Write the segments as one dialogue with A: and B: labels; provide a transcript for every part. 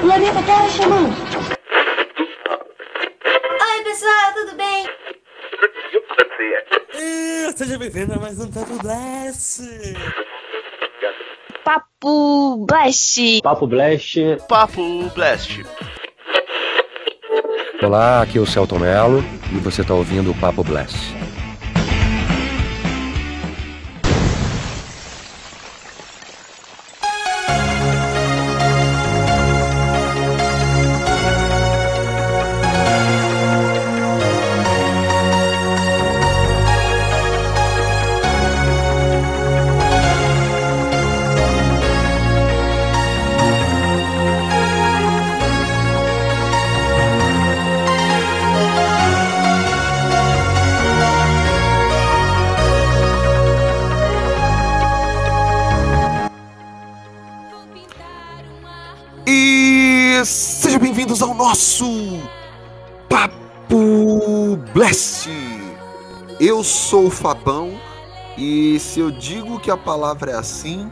A: planeta Terra chamando.
B: Oi, pessoal, tudo bem?
C: Seja bem-vindo a mais um Papo Blast!
D: Papo Blast!
E: Papo Blast!
F: Papo Blast!
G: Olá, aqui é o Celton Mello e você está ouvindo o Papo Blast.
H: bem-vindos ao nosso Papo Blast. Eu sou o Fabão e se eu digo que a palavra é assim,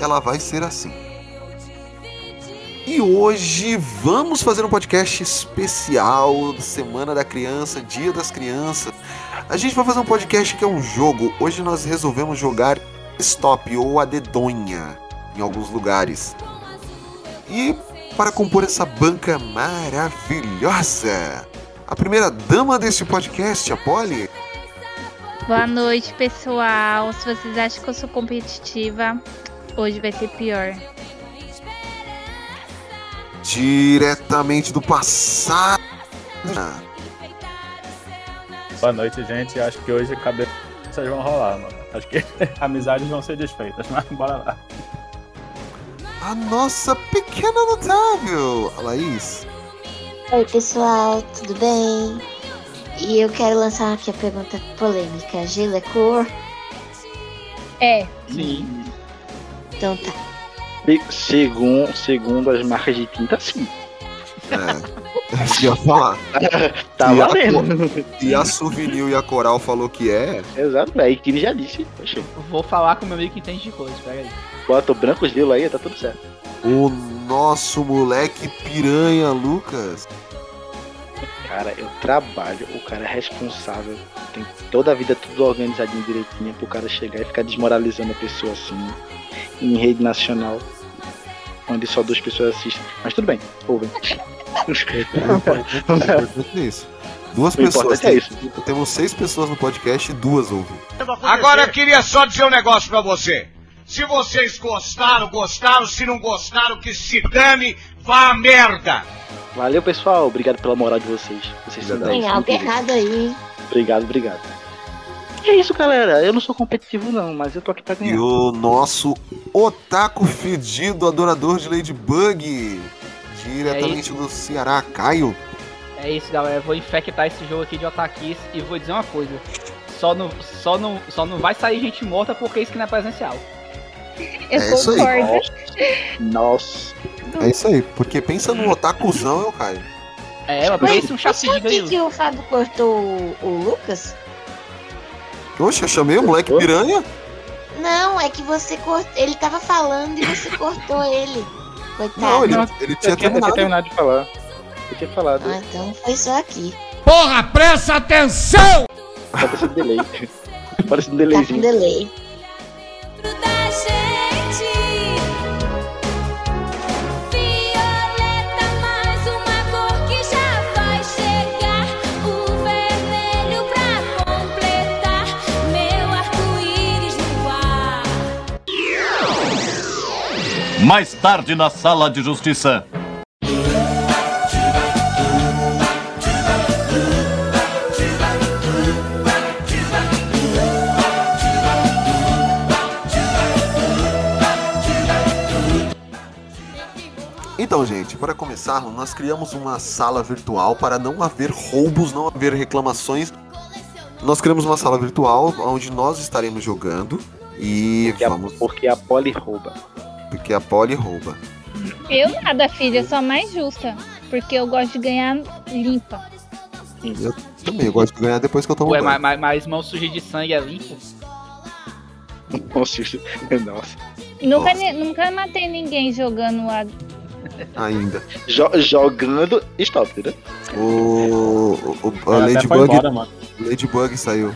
H: ela vai ser assim. E hoje vamos fazer um podcast especial Semana da Criança, Dia das Crianças. A gente vai fazer um podcast que é um jogo. Hoje nós resolvemos jogar Stop ou a Dedonha em alguns lugares. E para compor essa banca maravilhosa. A primeira dama desse podcast, a Polly.
D: Boa noite, pessoal. Se vocês acham que eu sou competitiva, hoje vai ser pior.
H: Diretamente do passado.
I: Boa noite, gente. Acho que hoje cabeças vão rolar, mano. Acho que amizades vão ser desfeitas, mas bora lá
H: a nossa pequena notável, a Laís.
B: Oi, pessoal, tudo bem? E eu quero lançar aqui a pergunta polêmica: gelo é cor?
D: É.
F: Sim.
B: Então tá.
F: Segundo, segundo as marcas de tinta, sim.
H: É. Se eu falar.
F: tá e valendo.
H: A, e a Souvenir e a Coral falou que é.
F: Exato, é. E que ele já disse. Poxa.
J: Vou falar com meu amigo que entende de coisa, pega aí.
F: Bota o branco gelo aí, tá tudo certo.
H: O nosso moleque piranha, Lucas.
F: Cara, eu trabalho, o cara é responsável, tem toda a vida tudo organizadinho direitinho pro cara chegar e ficar desmoralizando a pessoa assim, em rede nacional, onde só duas pessoas assistem. Mas tudo bem, ouvem.
H: é isso. Duas
F: o
H: pessoas.
F: É isso.
H: Temos seis pessoas no podcast e duas ouvem.
K: Agora eu queria só dizer um negócio pra você. Se vocês gostaram, gostaram. Se não gostaram, que se dane, vá à merda.
F: Valeu, pessoal. Obrigado pela moral de vocês. Vocês
B: são Tem algo errado aí.
F: Obrigado, obrigado. E é isso, galera. Eu não sou competitivo, não, mas eu tô aqui pra ganhar.
H: E o nosso otaku fedido, adorador de Ladybug. Diretamente é do Ceará, Caio.
J: É isso, galera. Eu vou infectar esse jogo aqui de otakis e vou dizer uma coisa. Só não, só, não, só não vai sair gente morta porque isso que não é presencial.
D: Eu é concordo.
F: Nossa.
H: É isso aí, porque pensa no otakuzão, eu caio.
J: É,
H: Tá
J: mas pensa um chassi de
B: ganho. que o Fábio cortou o, o Lucas?
H: Oxe, eu chamei o moleque piranha?
B: Não, é que você cortou. Ele tava falando e você cortou ele. Coitado.
H: Não, ele, ele tinha, eu terminado.
F: Eu terminado de falar. Eu tinha falado.
B: Ah, então foi só aqui.
K: Porra, presta atenção!
F: Tá parecendo delay. Parece um delayzinho.
B: Tá com delay.
L: Mais tarde na Sala de Justiça.
H: Então, gente, para começarmos, nós criamos uma sala virtual para não haver roubos, não haver reclamações. Nós criamos uma sala virtual onde nós estaremos jogando e
F: porque
H: vamos.
F: A, porque a Polly rouba
H: porque a Polly rouba.
D: Eu nada, filha, sou a mais justa. Porque eu gosto de ganhar limpa.
H: Eu também, eu gosto de ganhar depois que eu tomo
J: Ué, banho. Mas, mas mão suja de sangue é limpo?
F: Nossa, nossa.
D: Nunca, nossa. nunca matei ninguém jogando a
H: ainda.
F: Jo- jogando stop, né?
H: O, o, o- a
I: Ela até foi
H: Ladybug,
I: embora, mano.
H: Ladybug saiu.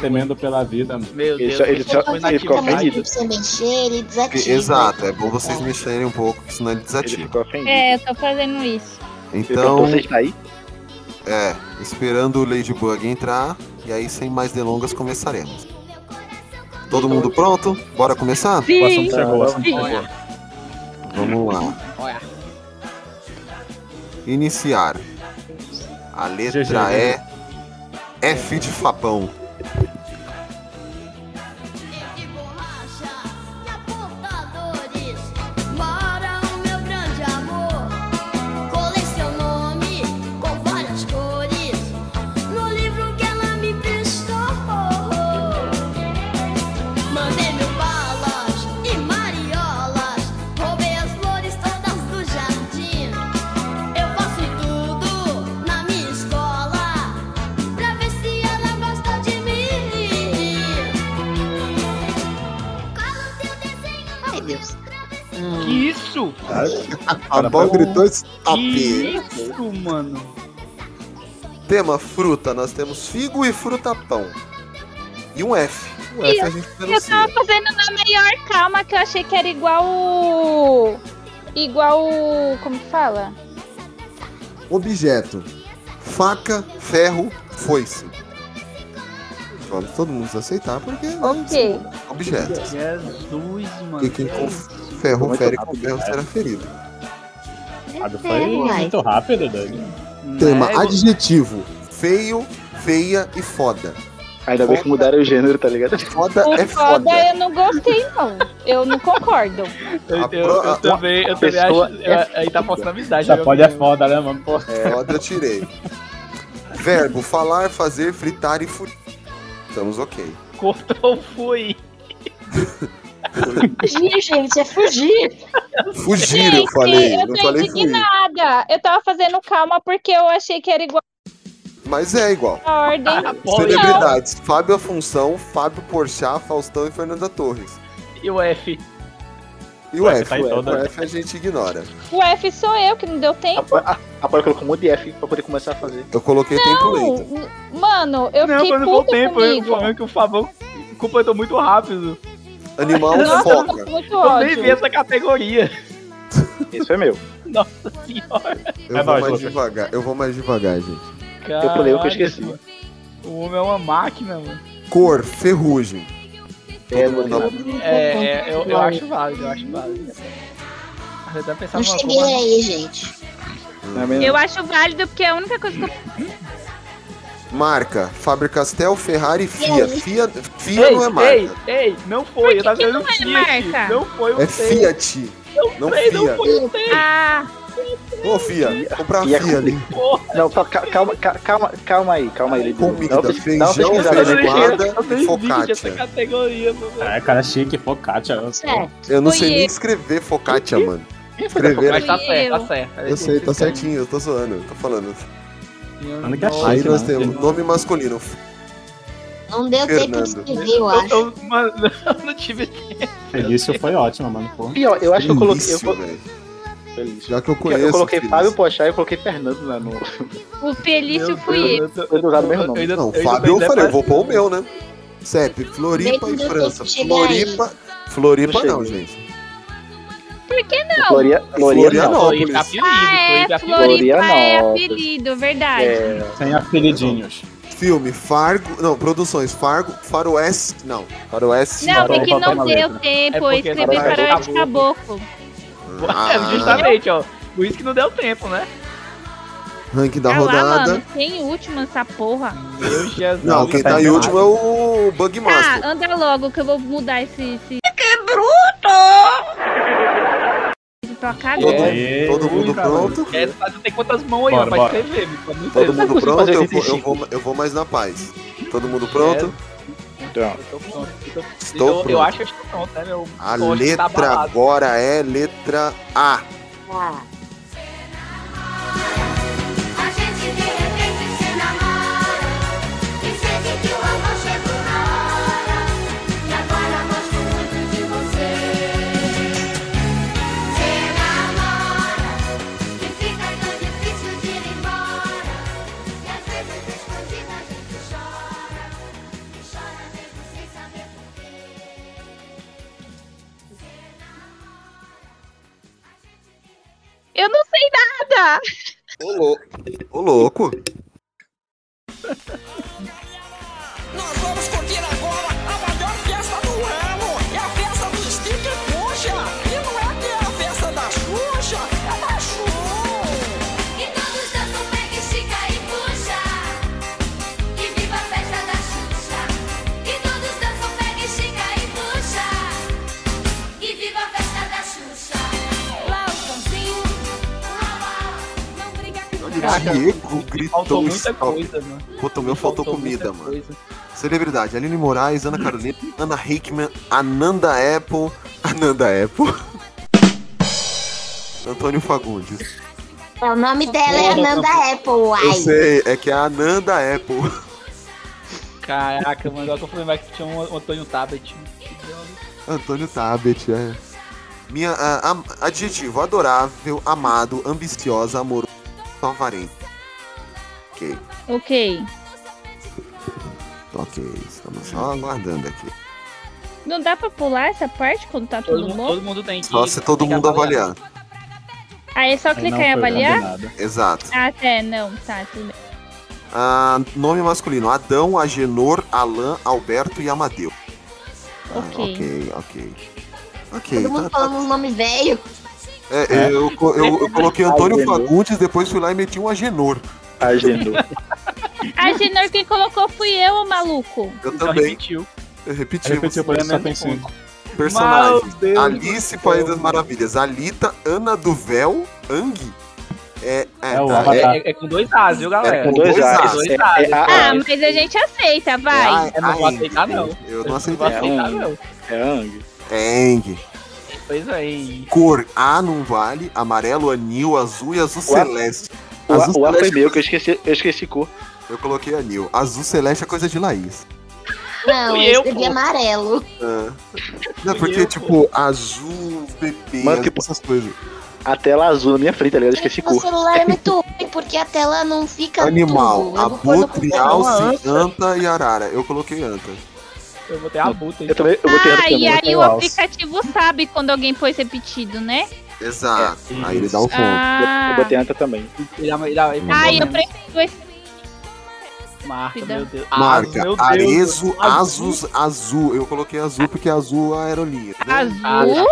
I: Temendo pela vida, mano.
J: Meu
F: Ele
J: Deus,
F: só- ele
J: isso
F: só-
J: foi
F: ele
J: naquilo.
F: ficou
B: Tá muito
F: ofendido.
B: pra você mexer, ele desativa.
H: Exato,
B: né?
H: é bom vocês mexerem um pouco, que senão ele
F: Ele
H: desativa.
F: ficou ofendido.
D: É, eu tô fazendo isso.
F: Ele perguntou,
H: Então,
F: você está aí?
H: é, esperando o Ladybug entrar, e aí sem mais delongas começaremos. Todo mundo pronto? Bora começar?
I: O assunto chegou, o assunto
D: Sim.
I: chegou.
H: Vamos lá.
J: Olha,
H: Iniciar. A letra
I: GG,
H: é F de Fapão.
B: Ai, Deus. Hum,
J: que isso?
H: A Bal gritou stop.
J: Que isso, mano?
H: Tema fruta, nós temos figo e fruta-pão. E um F. O F a gente
D: Eu
H: pronuncia.
D: tava fazendo na maior calma que eu achei que era igual o. Igual o. Como que fala?
H: Objeto. Faca, ferro, foice. Vamos todo mundo aceitar, porque
D: Ok.
H: objetos.
J: Jesus, mano.
H: E quem com ferro fere com ferro será ferido.
I: Ah, Foi
B: É, uai.
I: muito rápido, Dani.
H: Tema
J: Né?
H: adjetivo. Feio, feia e foda.
F: Ainda bem que mudaram o gênero, tá ligado?
H: Foda
D: O
H: é
D: foda
H: foda.
D: eu não gostei, não. Eu não concordo.
J: Eu,
H: A
J: eu-
H: pro-
J: eu
H: a-
J: também, eu também acho.
F: pessoa é
J: eu- Aí tá postando amizade.
I: Já
J: viu?
I: pode é foda, né, mano? Pô,
H: Foda eu tirei. Verbo falar, fazer, fritar e fugir. Estamos ok.
J: Cortou, fui.
B: Fugir, gente,
D: Tá
B: é fugir.
H: Fugir, eu falei.
D: eu
H: não
D: tô
H: falei fugir.
D: indignada. Eu tava fazendo calma porque eu achei que era igual
H: Mas é igual.
D: a ordem.
J: Olha.
H: Celebridades. Fábio Afunção, Fábio Porchat, Faustão e Fernanda Torres.
J: E o F.
H: E o
I: Ué,
H: F,
I: tá em
H: o F,
I: toda.
H: o F a gente ignora.
D: O F sou eu que não deu
F: A
D: tempo.
F: Paula- A a Paula colocou um monte de F pra poder começar a fazer.
H: Eu coloquei tempo lento.
D: Mano, eu
J: não,
D: fiquei
J: quando for
D: puta
J: tempo, eu
D: comigo.
J: falando que o Fabão completou muito rápido.
H: Animal
D: Nossa, eu tô
H: foca.
D: com muito
J: Eu nem vi
D: ódio.
J: essa categoria.
F: Esse foi é meu.
J: Nossa senhora.
H: Eu
I: É
H: vou
I: nóis,
H: mais
I: Lucas.
H: devagar. Eu vou mais devagar, gente.
J: Caralho,
F: pulei o que eu esqueci.
J: mano. O homem é uma máquina, mano.
H: Cor, ferrugem.
F: É,
H: Todo mundo-
F: Lucas.
J: É, é, eu, eu acho válido, eu acho válido. Eu tava
B: Não
J: pensando numa
B: cheguei
J: coisa.
B: aí, gente.
F: Não é mesmo?
D: Eu acho válido porque é a única coisa que eu.
H: Marca, Faber Castell, Ferrari, Fia.
B: aí?
H: Fia, Fia não é marca.
J: ei, ei, não foi, eu tava
D: que
J: vendo o
D: não é
J: Fiat.
D: marca?
J: Não foi o
H: É
J: Fiat.
H: Fiat. Não
J: Ei, não
H: Fia.
J: foi o Fiat,
D: Ah,
H: Ô, Fia, comprar
F: Fia
H: Fia ali.
J: porra.
F: Não, tá, ca- calma, ca- calma, calma aí, calma aí, Lidia. Dá
H: Comida,
F: uma pes- dá uma
H: feijão,
F: pesquisada
J: Eu
F: aí,
J: nem
F: né?
J: vi- eu
H: feijoada e
J: nem vi que tinha
H: focaccia.
J: essa categoria, mano.
I: É, cara chique, focaccia. eu-
B: Certo.
H: Eu não
D: Fui
H: sei nem
D: eu.
H: escrever focaccia, mano. Escrever.
J: Mas tá
D: Eu.
J: certo, tá certo.
H: Eu sei, tá certinho, eu tô zoando, eu tô falando.
I: Mano, que é
H: Aí
I: chique,
H: nós
I: né?
H: temos nome masculino,
B: Não deu tempo de
H: Fernando.
B: escrever, eu
J: Eu,
B: acho.
J: eu, mano, eu não tive
I: Felício foi ótimo, mano. Pô.
F: Pior, eu acho que eu coloquei. Eu,
H: Felício,
F: co-
H: velho.
F: Felício.
H: Já que eu
F: Pior,
H: conheço.
F: eu coloquei
H: Felício.
F: Fábio Pochá e eu coloquei Fernando lá no.
D: o Felício
J: Meu
D: fui eu.
J: Deus, eu.
F: Foi usado o mesmo nome.
J: ainda-
H: Não,
J: ainda
H: Fábio eu
J: ainda
H: falei, eu
J: parece-
H: vou pôr o meu, né? CEP, Floripa e
B: Bem, não deu
H: França.
B: tempo de chegar aí.
H: Floripa. Floripa
F: Não
H: não,
F: cheguei.
H: gente.
D: Por que não?
F: Gloria, Gloria não.
J: Floripa é
H: Florianópolis.
J: apelido,
D: Ah, é,
J: Floripa é apelido.
D: Floripa é
F: Florianópolis.
D: apelido, verdade.
F: É,
I: Sem apelidinhos.
H: Filme, Fargo. Não, produções, Fargo, Faroeste. Não. Faroeste.
D: Não,
I: Faltou-
D: é que
I: faltou uma
D: não deu
I: letra.
D: tempo,
J: É
D: eu
J: porque
D: escrevi
F: não
D: para o
J: acabou.
D: caboclo.
H: Ah,
J: É, justamente, ó. Por isso que não deu tempo, né?
H: Ranking da
D: Ah lá, mano,
H: Tá rodada.
D: tem última essa porra.
J: Meu Jesus.
H: Não, quem
I: Tá
H: tá em
I: errado.
H: último é o Bugmaster.
D: Ah, anda logo que eu vou mudar esse. esse... Que bruto! Tô cagando.
H: Todo,
I: É.
H: todo mundo
I: Eita,
H: pronto?
J: É, mas não tem quantas mãos aí,
I: Bora,
J: ó, pra
I: bora.
J: escrever, meu. Não sei,
H: Todo
J: não
H: mundo
J: consigo
H: pronto?
J: fazer
H: Eu vou,
J: 85.
H: eu, vou, eu vou mais na paz. Todo mundo pronto?
F: então,
J: Eu tô É. pronto, eu tô-
H: Estou
J: então,
H: pronto.
J: Eu acho que eu estou pronto, né, meu?
H: A
J: Corte tá
H: letra
J: abalado.
H: agora é letra A.
B: Ah,
A: Você namora,
D: Eu não sei nada!
H: Ô, lou- ô, louco.
A: Nós vamos curtir agora a maior festa do ano. É a festa do Stick Puxa. E não é que é a festa da Xuxa, é da Xuxa. E todos dançam pega, estica e puxa. E viva a festa da Xuxa. E todos dançam pega, estica e puxa. E viva a festa da Xuxa. Lá o cãozinho. Lá, lá. Não briga com
J: Caraca,
H: Diego gritou
J: faltou muita
H: stop.
J: coisa, mano.
H: Puta, o meu faltou,
J: Faltou
H: comida,
J: muita
H: mano.
J: coisa.
H: Celebridade, Aline Moraes, Ana Carolina, Ana Hickman, Ananda Apple, Ananda Apple. Antônio Fagundes.
B: É, o nome dela é Ananda Apple,
H: Eu
B: uai.
H: sei, é que é a Ananda Apple.
J: Caraca, mano, agora que eu falei, mas que tinha um Antônio Tablet.
H: Antônio Tabet, é. Minha a- a- adjetivo, adorável, amado, ambiciosa, amorosa, avarenta. Ok,
D: Ok.
H: ok, estamos só aguardando aqui.
D: Não dá pra pular essa parte quando tá
J: Todo,
D: tudo
J: mundo-
D: bom?
J: todo mundo tem que.
H: Só se todo
J: tem que
H: mundo avaliar.
D: Aí é só clicar em avaliar?
H: Exato.
D: Ah, é, não, tá, tudo bem.
H: Ah, nome masculino: Adão, Agenor, Alain, Alberto e Amadeu. Ah,
D: Ok.
H: ok, ok. Ok,
B: Todo mundo
H: tá-
B: falando um nome velho.
H: é, eu, co- eu- eu coloquei Antônio
F: Agenor.
H: Fagundes, depois fui lá e meti um Agenor.
F: Agenor.
D: A Genor quem colocou fui eu, ô maluco.
H: Eu
J: Então
H: também.
J: repetiu.
H: Eu repeti.
I: Repetiu, por
H: você-
I: isso só tem cinco.
H: Personagem.
J: Meu Deus
H: Alice,
J: do
H: País
J: céu.
H: das Maravilhas. Alita, Ana do Véu, Ang. É, é,
I: É o
H: tá,
I: Avatar.
J: É, é com dois As, viu, galera?
H: É
F: Com dois
H: Dois
F: As.
J: As.
F: É, é a
D: Ah,
F: Ang.
D: mas a gente aceita, vai.
H: é
J: Eu não vou
H: Aang.
J: aceitar, não.
H: Eu não
J: Não vai
H: aceitei.
J: aceitar,
F: um.
J: não.
F: É a Ang.
H: É Ang.
J: Pois é, hein?
H: Cor A não vale, amarelo, anil, azul e azul
F: O A-
H: celeste.
F: O A-
H: Azul
F: O A foi
H: celeste-
F: meu, que eu esqueci, eu esqueci cor.
H: Eu coloquei anil. Azul celeste é coisa de Laís.
B: Não,
J: Fui
B: eu
J: eu,
B: escrevi
J: pô.
B: amarelo.
H: Ah. Não, porque, tipo, azul, bebê,
F: Mano, que-
H: essas coisas.
F: A tela azul na minha frente, tá ligado? Eu esqueci
B: O
F: cor.
B: celular é muito ruim, porque a tela não fica
H: Animal,
B: tudo. Eu vou um- pôr no
H: abutre,
B: computador.
H: alce, anta e arara. Eu coloquei anta.
J: Eu vou ter então. a buta, hein?
F: Eu também, eu botei
D: Ah,
F: essa
D: e
F: também.
D: aí
I: tem
D: o
I: o alce.
D: aplicativo sabe quando alguém pôs repetido, né?
H: Exato. Aí ele dá um o ponto.
D: Ah,
F: Eu botei anta também.
J: Ele, é ele, ele, ele,
D: ah eu prefiro esse.
J: Marca, meu Deus.
H: Marca,
J: As, Ah, meu Deus.
H: Arezo,
J: Azul.
H: Azus, Azul. Eu coloquei azul porque azul é a aerolinha. né?
D: Azul?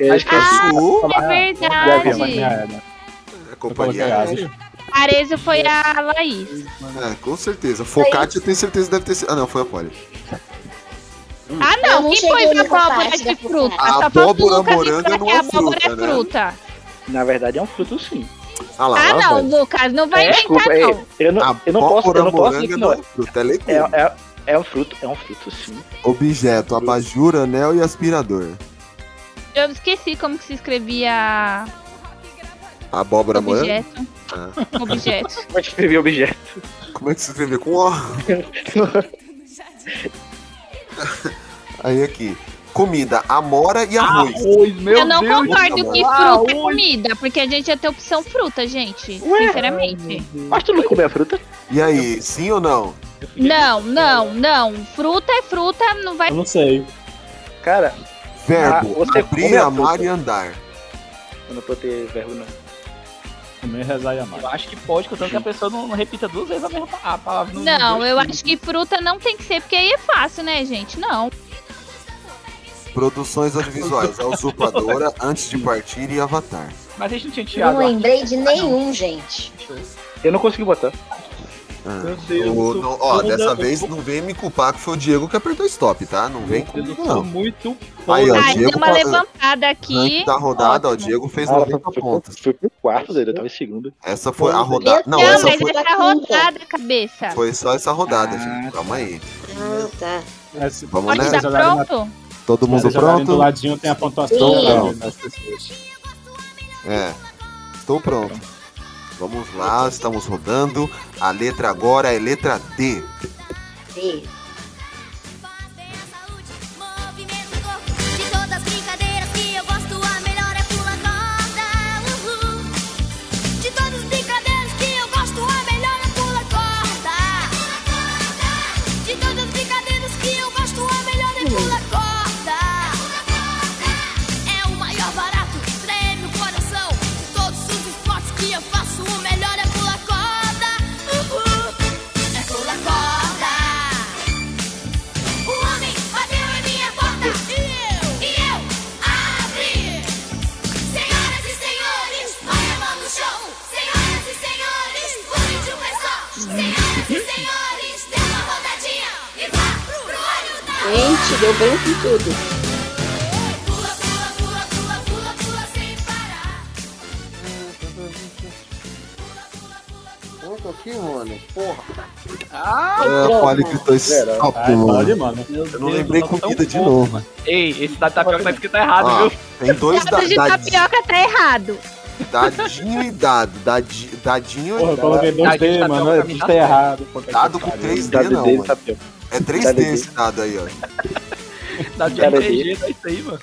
F: Eu esqueci.
H: Azul
D: É verdade.
H: é
I: Eu coloquei
H: companhia
I: asas.
H: aérea.
D: Arezzo foi a Laís.
H: É, com certeza. Focaccia eu tenho certeza que deve ter sido. Ah, não, foi a Polly.
D: Ah,
B: Eu não
D: não. Quem pôs
B: cheguei
D: a
B: nessa
D: abóbora
B: parte
D: de
B: da
D: fruta?
H: fruta.
D: Só falta o
H: Abóbora,
D: Lucas
H: moranga
D: dizer
H: não
D: que
H: é
D: a abóbora é
H: fruta, né?
D: fruta.
F: Na verdade é um fruto sim.
H: Ah lá,
D: Ah,
H: lá
D: não,
H: vai.
D: Lucas. Não vai
F: Desculpa,
D: inventar,
F: é,
D: não.
F: eu não, eu não posso, eu não posso
H: moranga não é
F: ignorar.
H: fruta, é
F: É,
H: legume.
F: é, é um fruto, é um fruto sim.
H: Objeto, abajur, anel e aspirador.
D: Eu esqueci como que se escrevia
H: Abóbora moranga?
D: objeto. Objeto.
F: Como é que escrevi objeto?
H: Como é que se escreve? Com O. Aí aqui. Comida, amora e arroz.
F: Ah,
J: Arroz, meu
D: eu não
J: Deus.
D: concordo que
J: Ah,
D: fruta é
J: oi.
D: comida, porque a gente ia ter opção fruta, gente.
F: Ué?
D: Sinceramente.
F: Mas tu não comeu a fruta?
H: E aí, sim ou não?
D: Não, não, não. Fruta é fruta, não vai.
I: Eu não sei.
F: Cara,
H: Verbo,
F: Ah, você
H: abrir,
F: come a
H: amar
F: fruta.
H: e andar.
F: eu não vou ter verbo não.
I: Comer, rezar e
J: Eu
I: amar.
J: acho que pode, contanto que a pessoa não, não repita duas vezes a mesma pa- a palavra. no-
D: Não,
J: no-
D: eu acho que fruta não tem que ser, porque aí é fácil, né, gente? Não.
H: Produções audiovisuais, A Usurpadora, Antes de Partir e Avatar.
J: Mas a gente não tinha tirado.
B: Não lembrei de nenhum, gente.
F: Eu não consegui botar.
H: Ah,
J: Meu Deus,
H: o-
J: eu tô
H: não- ó,
J: foda,
H: dessa
J: eu
H: vez
J: tô-
H: não vem me culpar que foi o Diego que apertou stop, tá? Não vem
J: Eu
H: comigo,
J: sou
H: não.
J: muito
H: Aí, ó,
D: Ah, deu
H: Diego
D: uma
H: tá-
D: levantada aqui.
H: Antes da rodada, ó, o
D: Ótimo.
H: Diego fez
F: Ah,
H: 90
F: foi,
H: pontos.
F: foi, foi pro quarto, Zé, eu tava em segundo.
H: Essa foi a
B: Meu
H: rodada.
D: Não,
H: Não,
B: Deus,
H: essa
D: mas tá-
H: foi,
D: essa é a rodada, cabeça.
H: foi só essa rodada,
F: Ah,
H: gente. Calma aí.
B: Ah, tá.
I: É, se-
H: Vamos
D: Pode
I: né?
D: dar
H: nessa.
I: Vocês olharem
D: tá
I: na-
D: pronto?
H: Todo
J: Tá
H: mundo
I: vocês olharem Do
H: pronto?
I: ladinho tem a pontuação.
B: Sim.
I: pra ver nas pessoas.
H: É. Estou pronto. Vamos lá, estamos rodando. A letra agora é letra D.
B: Sim.
A: Movimento do corpo. De todas as brincadeiras que eu gosto, a melhor é pular corda. Uhul. De todas as brincadeiras que eu gosto, a melhor é pular corda. De todas as brincadeiras que eu gosto, a melhor é pular corda. É o maior barato, treme o coração de todos os é
B: Gente, deu branco em tudo.
E: Conta aqui, mano. Porra.
D: Ah,
H: É, o Poli gritou stop,
E: Ai,
H: mano.
E: pode,
I: mano.
H: Eu não lembrei é comida de novo.
J: Ei, esse da tapioca tá escrito errado,
H: Ó,
J: viu?
H: tem dois da,
D: Dado de
H: da-
D: tapioca tá errado.
H: dadinho e dado. Dadi, dadinho
I: Porra,
H: e
I: eu coloquei dois
H: Dadinho
I: D,
H: e
I: mano,
H: tapioca
I: eu
H: pra mim
I: tá
H: certo.
I: errado, puta que
H: Dado com
I: pariu.
H: 3D
I: Dado
H: não,
I: D,
H: mano. É 3D
I: Dado D.
H: esse dado aí, ó.
J: Dado
H: de Cara, RPG,
J: é isso aí, mano.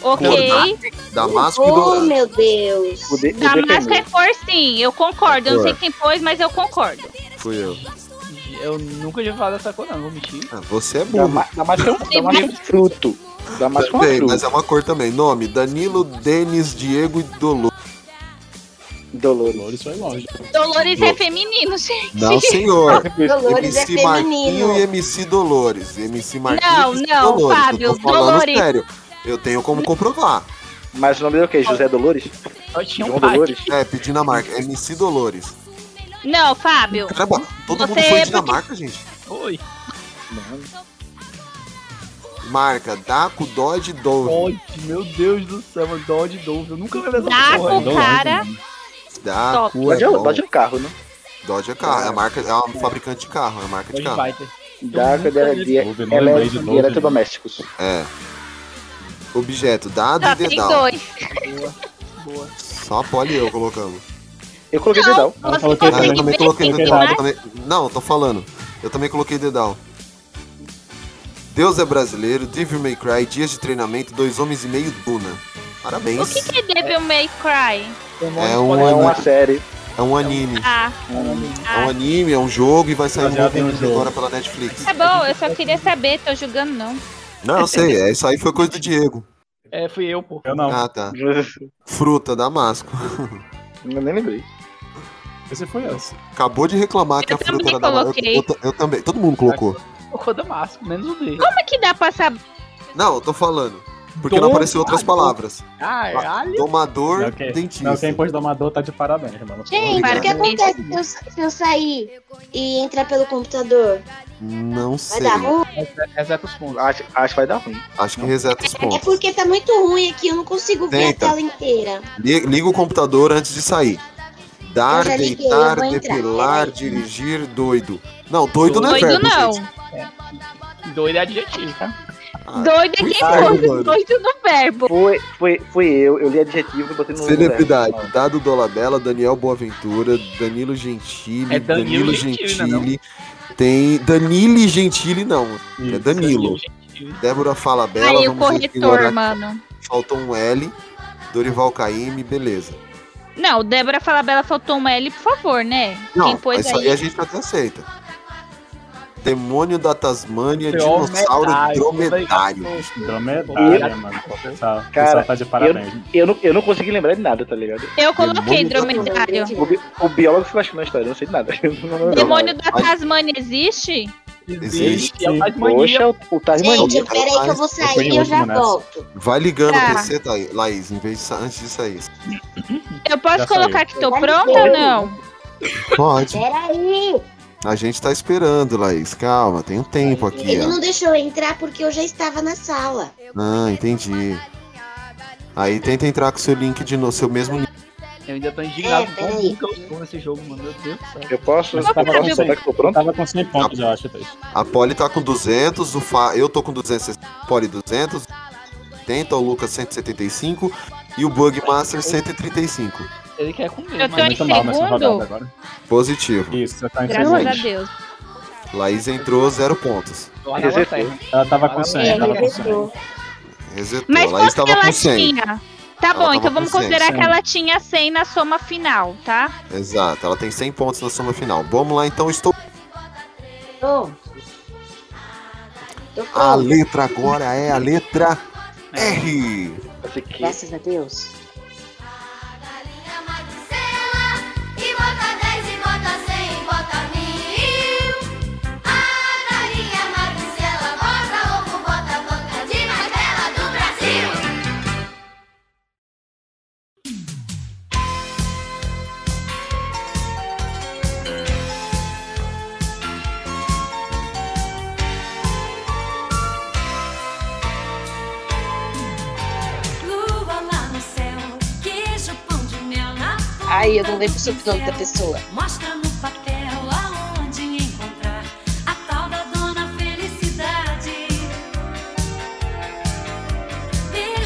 D: Ok.
H: Damasco e
B: Oh,
H: dourado.
B: meu Deus.
D: Damasco é cor, sim. Eu concordo. Eu não sei quem pôs, mas eu concordo.
H: Fui eu.
J: Eu nunca já falado dessa cor, não, vou mentir.
H: Ah, Você é burro.
J: Damasco é um- Damasco é um
H: fruto.
J: Damasco é uma fruta.
H: mas é uma cor também. Nome: Danilo, Denis, Diego e Dolor. Dolores. Dolores foi longe.
D: Dolores é feminino, gente.
H: Não, senhor.
D: Dolores é
H: MC Marquinho
D: feminino.
H: e MC Dolores. MC Marquinho
D: Não,
H: e MC
D: não,
H: Dolores.
D: Fábio,
H: eu tô falando
D: Dolores.
H: sério. Eu tenho como comprovar.
F: Mas o nome dele é o quê? José Dolores?
J: João
H: Dolores? É, pedindo a marca. MC Dolores.
D: Não, Fábio.
H: Caramba, todo mundo
D: Você- é
H: foi Dinamarca, gente.
J: Oi.
H: Marca, Daco, Dodge, Dove.
J: Dodge, meu Deus do céu, mano. Dodge, Dove. Eu nunca vi dessa
D: Daco,
J: porra. Dodge,
D: cara.
J: mano.
H: Daco,
J: Dodge é-
H: bom.
J: Dodge é carro, né?
H: Dodge é carro, é, a marca, é uma fabricante de carro, é uma marca de
J: Dodge
H: carro.
J: Fighter.
F: Daco Uhum. de
H: Dove,
F: eletrodomésticos.
H: É. Objeto, dado
D: Só
H: e
D: Tá, tem
H: dedal.
D: dois.
H: Só a Poli e eu colocamos.
F: Eu coloquei dedal.
D: Você
H: Ah, eu
D: consegue né?
H: também coloquei dedal.
D: verificar?
H: eu também- Não, eu tô falando. Eu também coloquei dedal. Deus é brasileiro, Devil May Cry, dias de treinamento, dois homens e meio, Duna.
D: O
H: Parabéns.
D: que, que é Devil May Cry?
H: É, um
F: É uma
H: anime.
F: série.
H: É um anime.
D: Ah,
H: É um anime, é um jogo e vai sair um
I: Baseado
H: novo
I: em um
H: anime
I: jogo.
H: agora pela Netflix.
D: tá
B: É.
D: bom, eu só queria saber, tô julgando não.
H: Não, eu sei, é, isso aí foi coisa do Diego.
J: É, fui eu, pô.
I: Eu não.
H: Ah, tá. Fruta, Damasco.
F: Eu nem lembrei.
I: Esse foi eu.
H: Acabou de reclamar que a fruta
D: também
H: era Damasco. Eu,
D: coloquei.
H: eu ta- eu também, todo mundo colocou.
J: O Codamasco, menos o D.
D: Como é que dá pra saber?
H: Não, eu tô falando. Porque não apareceu
B: Ah,
H: outras palavras.
J: Caralho.
H: Domador,
I: Não, quem-
H: dentista.
I: Não, quem pôs domador tá de parabéns, mano.
B: Gente, o que acontece se eu, sa- se eu sair e entrar pelo computador?
H: Não
B: Vai
H: sei.
B: dar ruim?
J: Reseta os pontos.
F: Acho, acho que vai dar ruim.
H: Acho que reseta os
B: É
H: pontos.
B: porque tá muito ruim aqui, eu não consigo ver
H: Tenta.
B: a tela inteira.
H: Li- Liga o computador antes de sair. Dar,
B: Eu já liguei, eu
H: deitar,
B: vou entrar,
H: depilar, dirigir, doido. Não, doido não é
D: Doido
H: verbo,
D: não.
H: gente. Ah.
J: Doido é adjetivo, tá?
D: Doido é quem
F: cuidado,
D: pôs
F: mano.
D: doido no verbo.
F: Foi, foi, foi eu, eu li adjetivo e botei no.
H: Celebridade, Dado Dolabella, Daniel Boaventura, Danilo Gentili,
F: É Danilo
H: Gentili,
F: Gentili, não é
H: tem Danile Gentili não, é Danilo. Débora Falabella,
D: Aí o
H: vamos ignorar
D: corretor,
H: um que
D: mano.
H: faltou um L, Dorival Caymmi, beleza.
D: Não, Débora Falabella faltou um L, por favor, né?
H: Não,
D: quem pôs
H: isso aí
D: aí?
H: a gente até aceita. Demônio da Tasmânia,
F: é
J: é
I: Dromedário,
H: dinossauro dromedário.
I: Dromedária, né, mano. O
J: né?
I: pessoal, o pessoal
F: Cara,
I: tá de
F: eu,
I: parabéns.
F: eu, não, eu não consegui lembrar de nada, tá ligado?
H: é
D: Eu coloquei dromedário.
F: O, bi- o biólogo se lascou na história, eu não sei de nada. Eu não- não-
D: Demônio da
F: não-
D: Tasmania existe?
H: Existe.
J: é
F: Poxa, o, o Tasmania.
B: Gente, peraí que eu vou sair e eu já volto.
H: Vai ligando
D: Tá.
H: o PC, Thaí- Laís, em vez de, sa- antes de sair.
D: Eu posso
H: Já
D: colocar
H: saiu.
D: que tô pronta ou não?
H: Pode.
B: Peraí,
H: A gente tá esperando, Laís. Calma, tem um tempo aqui,
B: ele
H: ó.
B: não deixou eu entrar porque eu já estava na sala.
H: Ah, entendi. Aí tenta entrar com seu link de novo, seu mesmo link.
J: Eu ainda tô indignado
B: É,
J: com como
B: peraí.
J: nunca eu sou nesse jogo, mano. Meu Deus do céu.
F: Eu posso,
I: Mas eu tava posso com soltar
F: que tô pronto?
I: Tava com 100 pontos, eu acho, Thaís.
H: A Polly tá com 200, o Fa... eu tô com 260, Polly 200, tenta o Lucas 175 e o Bugmaster 135.
J: Ele quer comer,
D: Eu tô em
J: mano.
D: segundo.
H: Positivo.
I: Isso, você tá em
D: Graças a
I: segundo.
D: Deus.
H: Laís entrou, zero pontos.
I: Ela tava com 100, tava com 100.
D: Resetou.
H: Resetou.
D: Mas
H: Laís
D: quanto que
H: tava
D: ela
H: com 100.
D: tinha? Tá
H: Ela
D: bom,
H: tava
D: então
H: com
D: vamos
H: 100.
D: considerar que ela tinha 100 na soma final, tá?
H: Exato, ela tem 100 pontos na soma final. Vamos lá então, estou.
B: Bom. Tô
H: A
B: pronta.
H: letra agora é a letra R.
B: Graças a Deus.
M: E bota 10 e bota 100, bota mil. A Darinha Magricela, bota ovo, bota banca de martela do Brasil.
A: Thank
N: aí, eu não lembro o sobrenome da pessoa.
O: Mostra no papel aonde encontrar a tal da dona felicidade.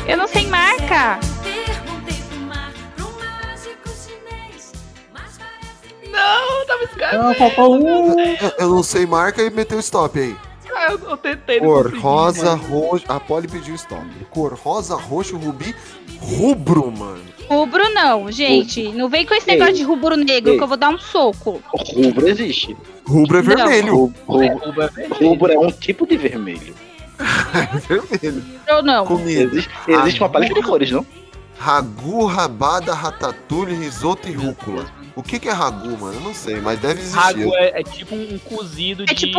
D: Eu não sei marca.
O: Perguntei pro mar, pro mágico chinês. Mas parece.
J: Não, tava escrevendo.
H: Eu- Eu não sei marca e meteu stop aí.
J: Ah, eu, eu tentei. não
H: Cor
J: consegui,
H: rosa,
J: mano.
H: roxo. A Polly pediu stop. Cor rosa, roxo, rubi, rubro, mano.
D: Rubro não, gente. Não vem com esse
H: Ei.
D: negócio de rubro negro
H: Ei.
D: que eu vou dar um soco.
F: Rubro existe.
H: Rubro
D: é Não. vermelho.
F: Rubro, rubro é um tipo de vermelho.
H: vermelho.
D: Eu não.
F: Existe, existe uma paleta
H: Ah,
F: de cores, não?
H: Ragu, rabada, ratatouille, risoto e rúcula. O que, que é ragu, mano? Eu não sei, mas deve existir.
J: Ragu é, é tipo um
D: É
J: cozido de
D: tipo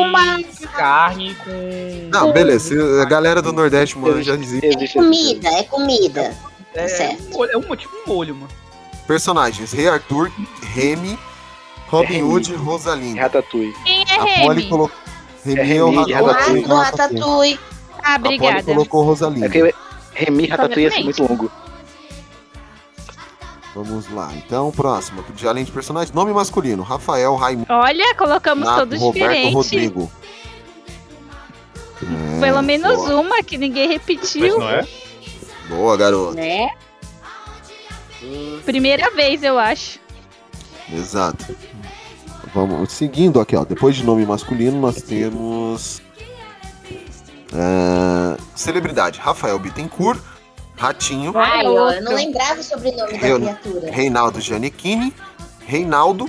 J: carne com.
H: Não, beleza. se A galera do Nordeste, mano,
D: é
H: já existe.
B: Comida, é comida.
J: É,
B: certo.
J: um molho- é um, tipo um molho, mano.
H: Personagens: Rei Arthur, Remy, Robin Hood, Rosalinda.
F: Ratatouille.
D: Quem
H: A
D: é
H: Polly
D: Remy?
H: colocou. Remy é
F: Remy,
H: o Ratatouille.
F: Ratatouille.
H: não
F: Ah,
H: Ratatouille.
D: Ah,
H: A Polly
D: obrigada.
H: colocou Rosalinda.
F: É que Remy Ratatouille ia ser muito longo.
H: Vamos lá, então, próximo. De além de personagens, nome masculino: Rafael, Raimundo,
D: Olha, colocamos
H: Nato,
D: todos
H: Roberto,
D: diferentes.
H: Rodrigo.
D: Pelo
H: É,
D: menos
H: boa.
D: uma que ninguém repetiu.
H: é? Boa, garoto.
D: Né? Primeira vez, eu acho.
H: Exato. Vamos seguindo aqui, ó. Depois de nome masculino, nós temos. ah, celebridade: Rafael Bittencourt, Ratinho,
B: Ai, ó, eu não lembrava o sobrenome da
H: Eu-
B: criatura.
H: Reinaldo Giannichini, Reinaldo.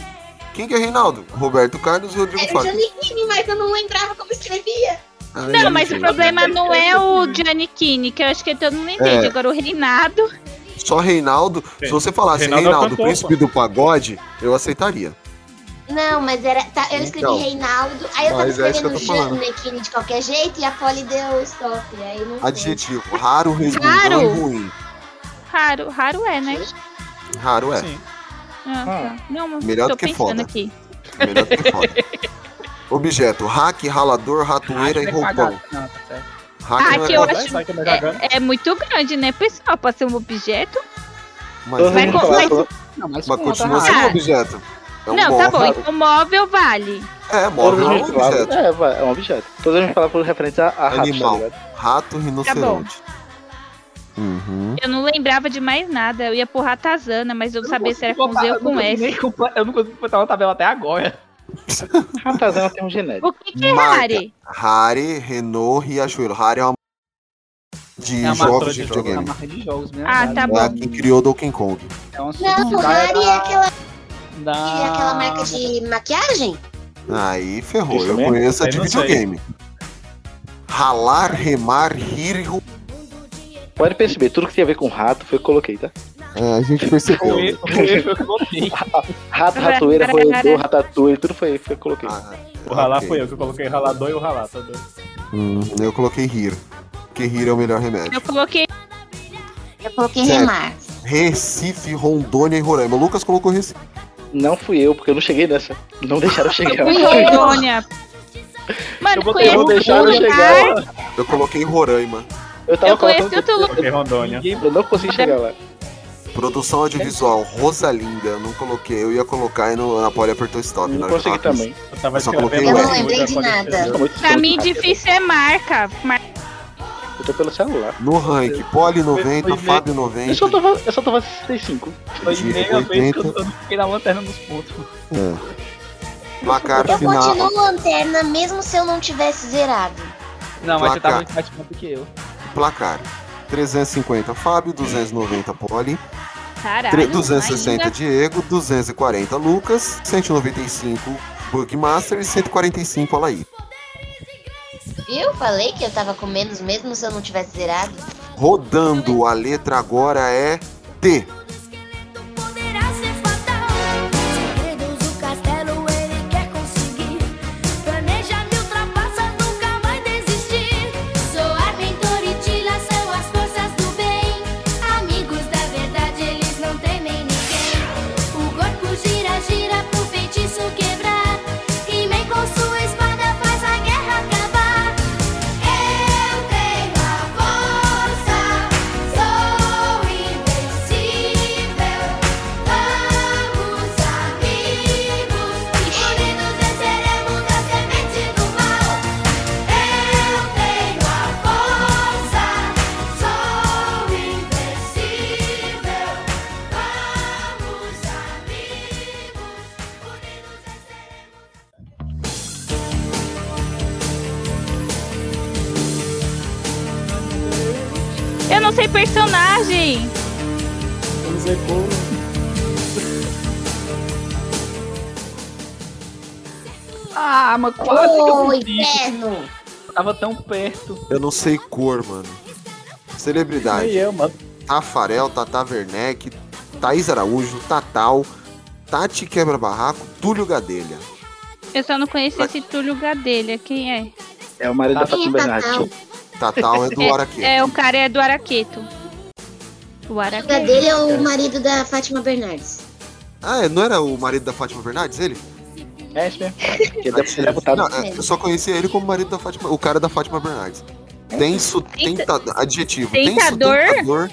H: Quem que é Reinaldo? Roberto Carlos e
D: É,
H: Rodrigo
B: Era o
H: Fábio.
B: Janikini, mas eu não lembrava como escrevia.
H: Ah,
D: Não, mas o
H: gente.
D: problema não é o Gianni Kini, que eu acho que todo mundo entende.
H: É.
D: Agora o Reinado.
H: Só Reinaldo. Se você falasse
I: Reinaldo
H: Reinaldo,
I: é cantor,
H: príncipe do pagode, eu aceitaria.
B: Não, mas era. tá, eu escrevi
H: Então.
B: Reinaldo, aí eu tava
H: Mas é isso que eu
B: escrevendo
H: tô falando.
B: Janikini de qualquer jeito e a Polly deu stop. Aí não sei.
H: Adjetivo: raro, resmungão
D: Raro?
H: e ruim.
D: Raro, raro é, né?
H: Raro é.
D: Ah, tá. Não, mas
H: Melhor
D: tô
H: do que
D: pensando
H: foda.
D: aqui.
H: é Melhor do que foda. Objeto: hack, ralador, ratoeira e roupão.
J: Não, tá certo.
H: Hack
D: ah,
H: não é
D: que eu
H: nada.
D: acho é, é muito grande, né, pessoal? Pra ser um objeto.
H: Mas,
D: Vai
H: é um
D: com-
H: objeto.
J: Não, mas,
H: Mas
J: conta,
H: continua
J: Rafa.
H: sendo um objeto. É um
D: não, tá bom.
H: móvel.
D: Então móvel vale.
H: É, móvel é um objeto.
F: É, vai, é um objeto. Todas as palavras referentes a, a ratos, tá
H: Animal.
F: ligado?
H: Rato, rinoceronte.
D: Tá
H: Uhum.
D: Eu não lembrava de mais nada. Eu ia por Ratazana, mas eu não sabia se era com Z ou é com S.
J: Eu não consigo botar uma tabela até agora.
F: Ratazana tem um genérico.
D: O que, que é
H: Marca.
D: Rari?
H: Hare, Renault, Riachuelo. Hare é uma. De
J: É uma marca
H: jogos
J: de
H: de
J: jogo, é uma
H: videogame.
J: marca de jogos, né?
D: Ah, tá
H: É a
D: bom.
H: que criou Donkey Kong.
J: É uma
H: Ah,
B: Não,
J: subsidiária
B: Rari é aquela,
J: da-
B: é aquela marca de
H: ah.
B: maquiagem?
H: Aí ferrou,
I: Isso
H: eu
I: mesmo?
H: conheço a
I: Aí
H: de
I: não sei.
H: videogame. Ralar, remar, rir e ru...
F: Pode perceber, tudo que tem a ver com rato foi eu que coloquei, tá?
H: É, a gente percebeu.
J: Roer- roer foi o que eu botei.
F: Rato, ratoeira, roedor, ratatouille, tudo foi, foi eu que coloquei.
H: Ah.
I: O ralar
H: Ok.
I: foi eu que coloquei ralador e o ralar, tá doido?
H: Hum, eu coloquei rir, porque rir é o melhor remédio.
D: Eu coloquei.
B: Eu coloquei
H: Certo.
B: remar.
H: Recife, Rondônia e Roraima. O Lucas colocou Recife.
F: Não fui eu, porque eu não cheguei nessa. Não deixaram eu chegar.
D: Fui Rondônia. Mano,
F: Eu botei,
D: conheço
F: não deixaram
D: um
F: eu chegar
D: lugar.
F: lá.
H: Eu coloquei Roraima.
F: Eu tava
D: Eu conheci
F: colocando.
D: outro lugar.
I: Coloquei Rondônia.
F: Eu não consegui chegar lá.
H: Produção audiovisual, Rosalinda. Eu não coloquei, eu ia colocar e no, a Poli apertou stop. Não
F: consegui também.
I: Eu tava
H: só coloquei
I: escrevendo
H: o
I: aqui.
H: R.
B: Lembrei de nada.
D: Pra mim, difícil é marca. Mar-
F: Eu tô pelo celular.
H: No rank, Poli 90, Fábio
F: Eu
H: 90.
F: só tava, eu só tava 65.
J: Foi
H: Gil,
J: meia vez que né? eu
H: 80.
J: eu não fiquei na lanterna dos pontos.
H: Placar
B: Eu
H: final.
B: continuo lanterna, mesmo se eu não tivesse zerado.
J: Não, mas você tá
H: Placar.
J: muito mais ponto que eu.
H: Placar. 350 Fábio, 290 Poli,
D: Caralho.
H: tre- 260
D: Tá, ainda.
H: Diego, 240 Lucas, 195 Bugmaster e 145 Alaí.
B: Eu falei que eu tava com menos mesmo se eu não tivesse zerado.
H: Rodando, a letra agora é T.
O: Poderá ser fatal. Segredos do castelo ele quer conseguir. Planeja me ultrapassa, nunca vai desistir.
M: Sou Arventor e Tila são as forças do bem. Amigos da verdade, eles não temem ninguém. O corpo gira, gira pro feitiço quebrar. E nem com sua espada faz a guerra acabar. Eu tenho a força, sou invencível.
O: é
D: não sei personagem.
C: Eu não sei como.
J: Ah, mas quase que eu
B: Ô,
J: consigo.
B: inferno!
J: Tava tão perto.
H: Eu não sei cor, mano. Celebridade.
I: Nem eu,
J: É,
I: mano.
H: Tafarel, Tata Werneck, Thaís Araújo, Tatal, Tati Quebra Barraco, Túlio Gadelha.
D: Eu só não conheço esse Túlio Gadelha. Quem é?
F: É o marido da Fatima Bernardi.
H: Tatal é do Araquê.
D: É, é, o cara é do Araqueto. O
B: O
D: Araqueto.
B: lugar dele é o marido da Fátima Bernardes.
H: Ah, é, não era o marido da Fátima Bernardes, ele?
J: É isso mesmo.
H: Não, é, eu só conhecia ele como marido da Fátima, o cara da Fátima Bernardes. Tenso, tenta, adjetivo. Tenso,
D: Tentador?
H: tentador,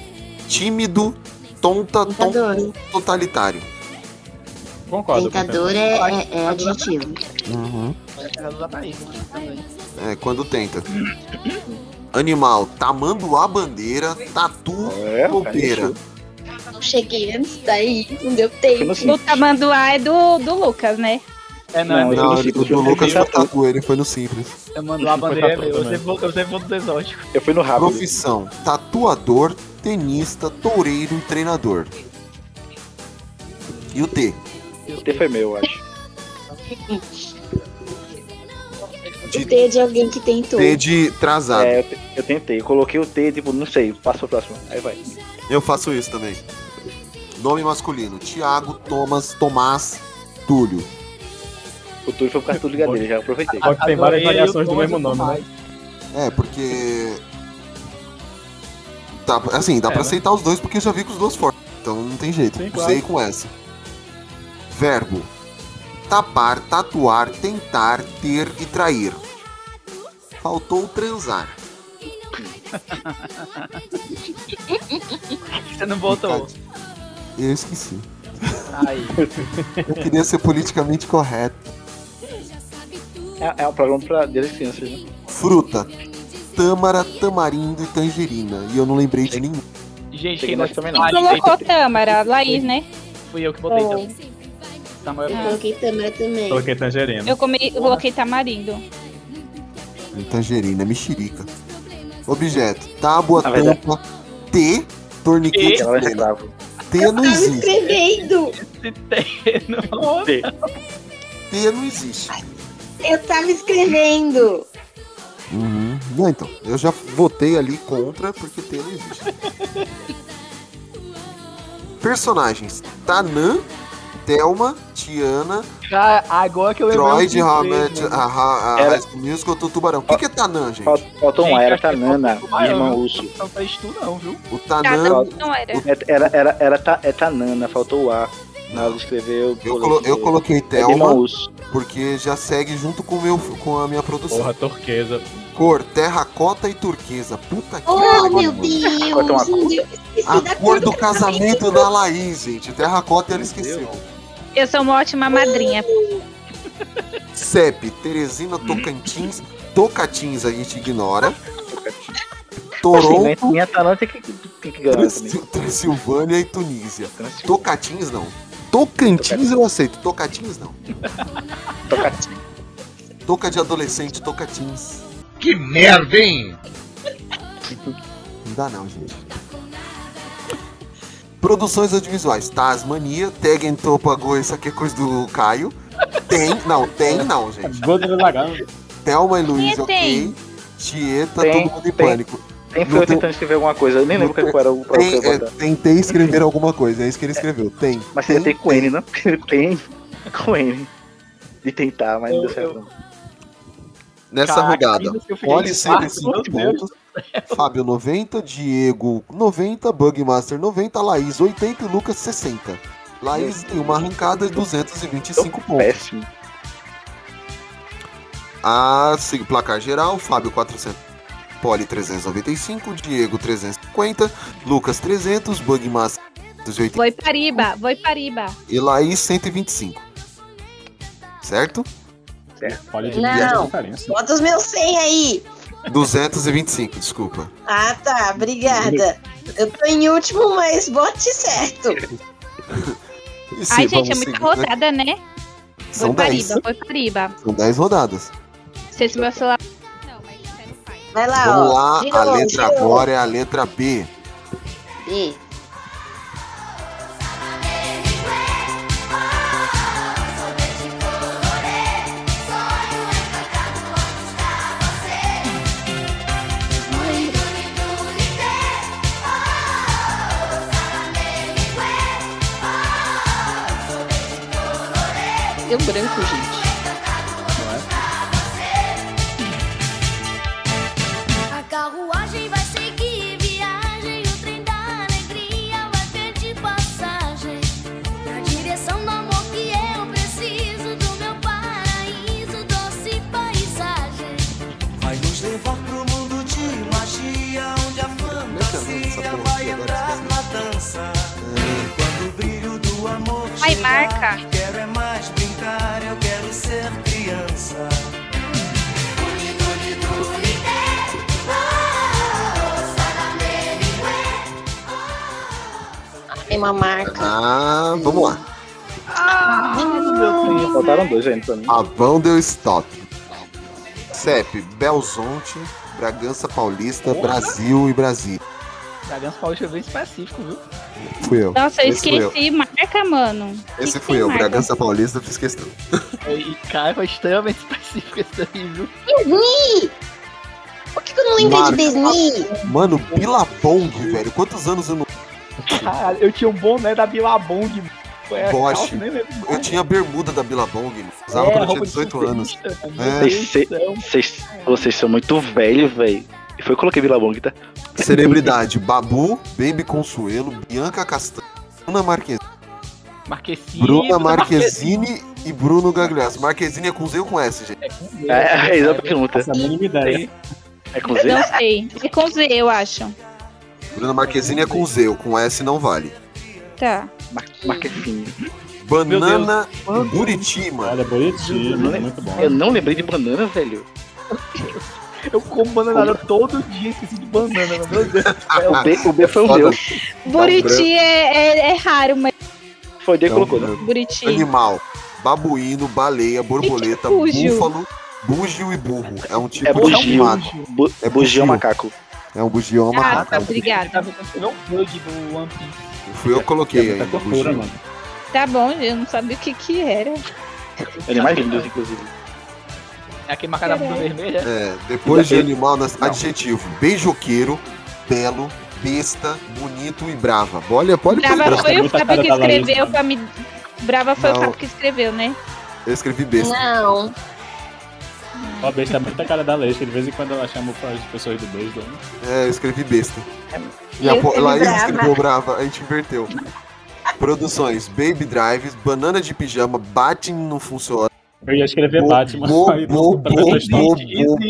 H: tímido, tonta, tonto, totalitário.
I: Concordo.
B: Tentador é, é, é adjetivo.
H: É, quando tenta. Animal, tamanduá bandeira,
F: É,
H: tatu, topeira.
B: Não cheguei antes daí, não deu tempo.
D: O Tamanduá é do, do Lucas, né?
J: É, não,
H: Não,
J: é
H: não,
J: não,
H: ele, o do Lucas foi tatu, ele foi no simples.
J: Eu mando lá a bandeira,
H: Foi tatu
J: eu
H: também.
J: sempre vou- eu sempre vou dos exóticos.
F: Eu fui no rabo.
H: Profissão, tatuador, tenista, toureiro e treinador. E o T?
F: O T foi meu, eu acho.
B: O
D: é
B: T É de alguém que tentou.
H: T de trazado.
F: É, eu, te- eu tentei. Eu coloquei o T, tipo, não sei, passa pra próxima. Aí vai.
H: Eu faço isso também. Nome masculino: Tiago, Thomas, Tomás, Túlio.
F: O Túlio foi por causa do liga dele, já aproveitei.
I: Só que tem várias variações do mesmo nome, né?
H: É, porque. Tá, assim, dá
I: É,
H: pra
I: né?
H: aceitar os dois porque eu já vi com os dois fortes. Então não tem jeito.
I: Sim, claro.
H: Usei com essa. Verbo: tapar, tatuar, tentar, ter e trair. Faltou o transar.
J: Você não botou.
H: Eu esqueci.
J: Aí.
H: Eu queria ser politicamente correto.
F: É, é um programa pra desde crianças, né?
H: Fruta: tâmara, tamarindo e tangerina. E eu não lembrei de nenhum.
J: Gente,
F: Tem
J: quem
F: nós
J: nós
F: também
J: também
F: não.
D: Colocou Tâmara, Laís, né?
J: Fui eu que botei
D: Foi.
J: também. Tá maior
D: Ah.
B: Coloquei Tâmara também.
I: Coloquei tangerina.
D: Eu, comi, eu coloquei tamarindo.
H: Tangerina, mexerica. Objeto: tábua,
F: Na verdade-
H: tampa, T, torniquete.
F: Ela é vai ser
H: plena.
F: bravo.
H: T não
B: Tava
H: existe.
B: Tá escrevendo!
F: T.
H: T não existe.
B: Eu tava escrevendo!
H: Uhum. Não, então. Eu já votei ali contra porque T não existe. Personagens: Tanã, Thelma, Tiana,
J: Cara, agora que eu lembro.
H: Troy de ah, Hamed, a, a, a
F: Era-
H: High School Musical, tu- Tubarão. O que, que é Tanã, gente?
F: Faltou um
J: Gente,
F: A, era
J: acho que
F: Tanana,
J: faltou um A,
F: minha irmã
J: não.
F: Urso.
J: Não fez tu não, viu?
H: O Tanã.
D: Não era.
F: É- Era, era, era ta, é Tanana, faltou o A. Na hora de escrever, eu,
H: Eu, colo- eu coloquei
F: É irmã
H: Thelma
F: Urso.
H: porque já segue junto com, o meu, com a minha produção.
I: Porra, turquesa.
H: Cor, terracota e turquesa. Puta que
B: Oh,
H: pariu,
B: meu
H: mano.
B: Deus!
F: Corta uma
B: Meu Deus, esqueci
H: A
B: da
H: cor do casamento da Laís, gente. Terracota ela esqueceu.
D: Eu sou uma ótima madrinha.
H: CEP, Teresina Tocantins. Tocantins a gente ignora.
F: Assim,
H: Toronto,
F: né, minha Tanana tem que, tem que ganhar também.
H: Transil- Transilvânia e Tunísia. Tocantins não. Tocantins eu aceito. Tocantins não. Toca de adolescente, Tocantins.
K: Que merda, hein?
H: Não dá não, gente. Produções audiovisuais. Tasmania, Tegen Topago, isso aqui é coisa do Caio. Tem, não, tem não, gente.
I: Godra Lagão.
H: Thelma e Luiz, ok.
D: tem?
H: Tieta,
F: Tem,
H: todo mundo em
F: tem.
H: pânico.
F: Tem
H: Não
F: foi eu
H: tem-
F: tentando escrever alguma coisa, eu nem lembro
H: Não
F: qual era o qual que eu
H: Tem,
F: ia
H: é,
F: botar.
H: tentei escrever alguma coisa, é isso que ele escreveu. Tem.
F: Mas
H: tem,
F: tem, tem com N, não? né? Tem com N. De tentar, mas não deu
J: Eu-
F: certo.
J: eu-
F: não.
H: Nessa
J: Caraca,
H: rodada.
J: isso que eu fiquei
H: Olha
J: de
H: sempre
J: fato,
H: 5
J: meu Deus.
H: pontos. Fábio 90, Diego 90, Bugmaster 90, Laís 80 e Lucas 60. Laís tem uma arrancada de 225 pontos.
F: Péssimo.
H: A sig- Ah, placar geral, Fábio 400, Poli 395, Diego 350, Lucas 300, Bugmaster 280
D: Voi Pariba, Voi Pariba.
H: e Laís 125. Certo?
I: Pode dividir essa
B: Não,
I: diferença.
B: bota os meus 100 aí.
H: 225, desculpa.
B: Ah, tá, obrigada. Eu tô em último, mas bote certo.
H: E
D: Ai,
H: sim,
D: gente, é muita
H: vamos seguindo, né?
D: rodada, né?
H: São
D: Voi
H: 10.
D: Pariba,
H: São
D: Voi Pariba.
H: 10 rodadas.
D: Não sei se meu celular.
B: Vai lá,
H: Vamos
B: ó.
H: lá,
B: Girou,
H: a letra
B: girou.
H: agora é a letra B.
B: Ih.
N: Deu branco, gente.
O: A carruagem vai seguir viagem, o trem da alegria vai pedir passagem. Na direção do amor que eu preciso, do meu paraíso, doce paisagem.
A: Vai nos levar pro mundo de magia, onde a fantasia vai entrar na dança. Quando o brilho do amor
D: Ai,
A: chegar,
D: marca.
A: quero é mais brincar, eu quero ser criança.
B: Tem uma marca.
H: Ah, vamos lá.
F: Faltaram dois ainda pra mim.
H: Avão deu stop. CEP, Belzonte, Bragança Paulista,
J: Porra.
H: Brasil e Brasília.
J: Bragança Paulista é bem específico, viu?
H: Fui eu.
D: Nossa, eu
H: Esse fui eu.
D: esqueci marca, mano.
H: Esse
D: Tem
H: fui eu,
D: marca.
H: Bragança Paulista, eu fiz questão.
J: E, cara, foi extremamente específico esse aí, viu?
B: Disney! Por que, que eu não lembrei
H: Marca.
B: de Disney?
H: Mano, Bilabong, velho. Quantos anos eu não.
J: Caralho, eu tinha um boné da Bilabong. É,
H: Bosch.
J: calça, nem lembro.
H: Eu tinha a bermuda da Bilabong, mano. Usava
J: É,
H: quando eu tinha
J: roupa de
H: 18 anos.
J: surfista,
H: É.
F: Vocês, cê- vocês, vocês são muito velhos, velho. Foi eu que coloquei Vila Bong, tá?
H: Celebridade: Babu, Baby Consuelo, Bianca Castanho, Bruna Marquezine.
J: Marquesina.
H: Bruna Marquezine e Bruno Gagliasso. Marquezine é com Z ou com S, gente?
F: É, é isso a pergunta. Essa
I: mínima ideia.
F: É com
D: Eu
F: Z?
D: Não sei. É com Z, eu acho.
H: Bruna Marquezine é com Z, o com S não vale.
D: Tá.
F: Marquefinho.
H: Banana Buriti, mano.
I: Olha, Buriti, muito bom.
F: Eu não lembrei de banana, velho.
J: Eu como banana todo dia, esqueci de banana, meu Deus.
F: É,
H: Ah,
F: o, B, o B foi o meu.
H: Então,
D: Buriti é, é- é raro, mas
F: Foi o D que
H: Então,
F: colocou, né?
D: Buriti.
H: Animal: babuíno, baleia, borboleta,
D: búzio?
H: búfalo, búzio e burro. É um tipo
F: É
H: de
F: bugio.
H: animado.
F: Bu- É bugio macaco.
H: É um bugião
D: Ah,
H: macaco.
D: tá, obrigada.
J: Não bug do One Piece.
H: Fui eu que
F: É
H: coloquei ainda. bugiu.
D: Tá bom, eu não sabia o que que era.
F: Ele é mais lindo, inclusive.
J: É aquele marcado da bunda vermelha.
H: É, depois de
F: Eu-
H: animal, nas... adjetivo: beijoqueiro, belo, besta, bonito e brava. Olha, pode
D: Brava
H: pode-
D: foi o Fábio que escreveu pra me. Brava foi o
H: Não.
D: Fábio que escreveu, né?
H: Eu escrevi besta.
B: Não.
I: Ó, beijo tá muita cara da Leite. De vez em quando ela chama as pessoas do beijo. né?
H: É, eu escrevi besta. E
B: Eu
H: a po-
B: escrevi
H: Laís
B: brava.
H: escreveu brava, a gente inverteu. Produções: Baby Drives, Banana de Pijama, Batman não funciona.
I: Eu ia escrever
H: Bo-
I: É Batman.
H: bo-
I: aí tá
H: bo-
I: pra essa
H: bo-
I: história.
H: bo- bo-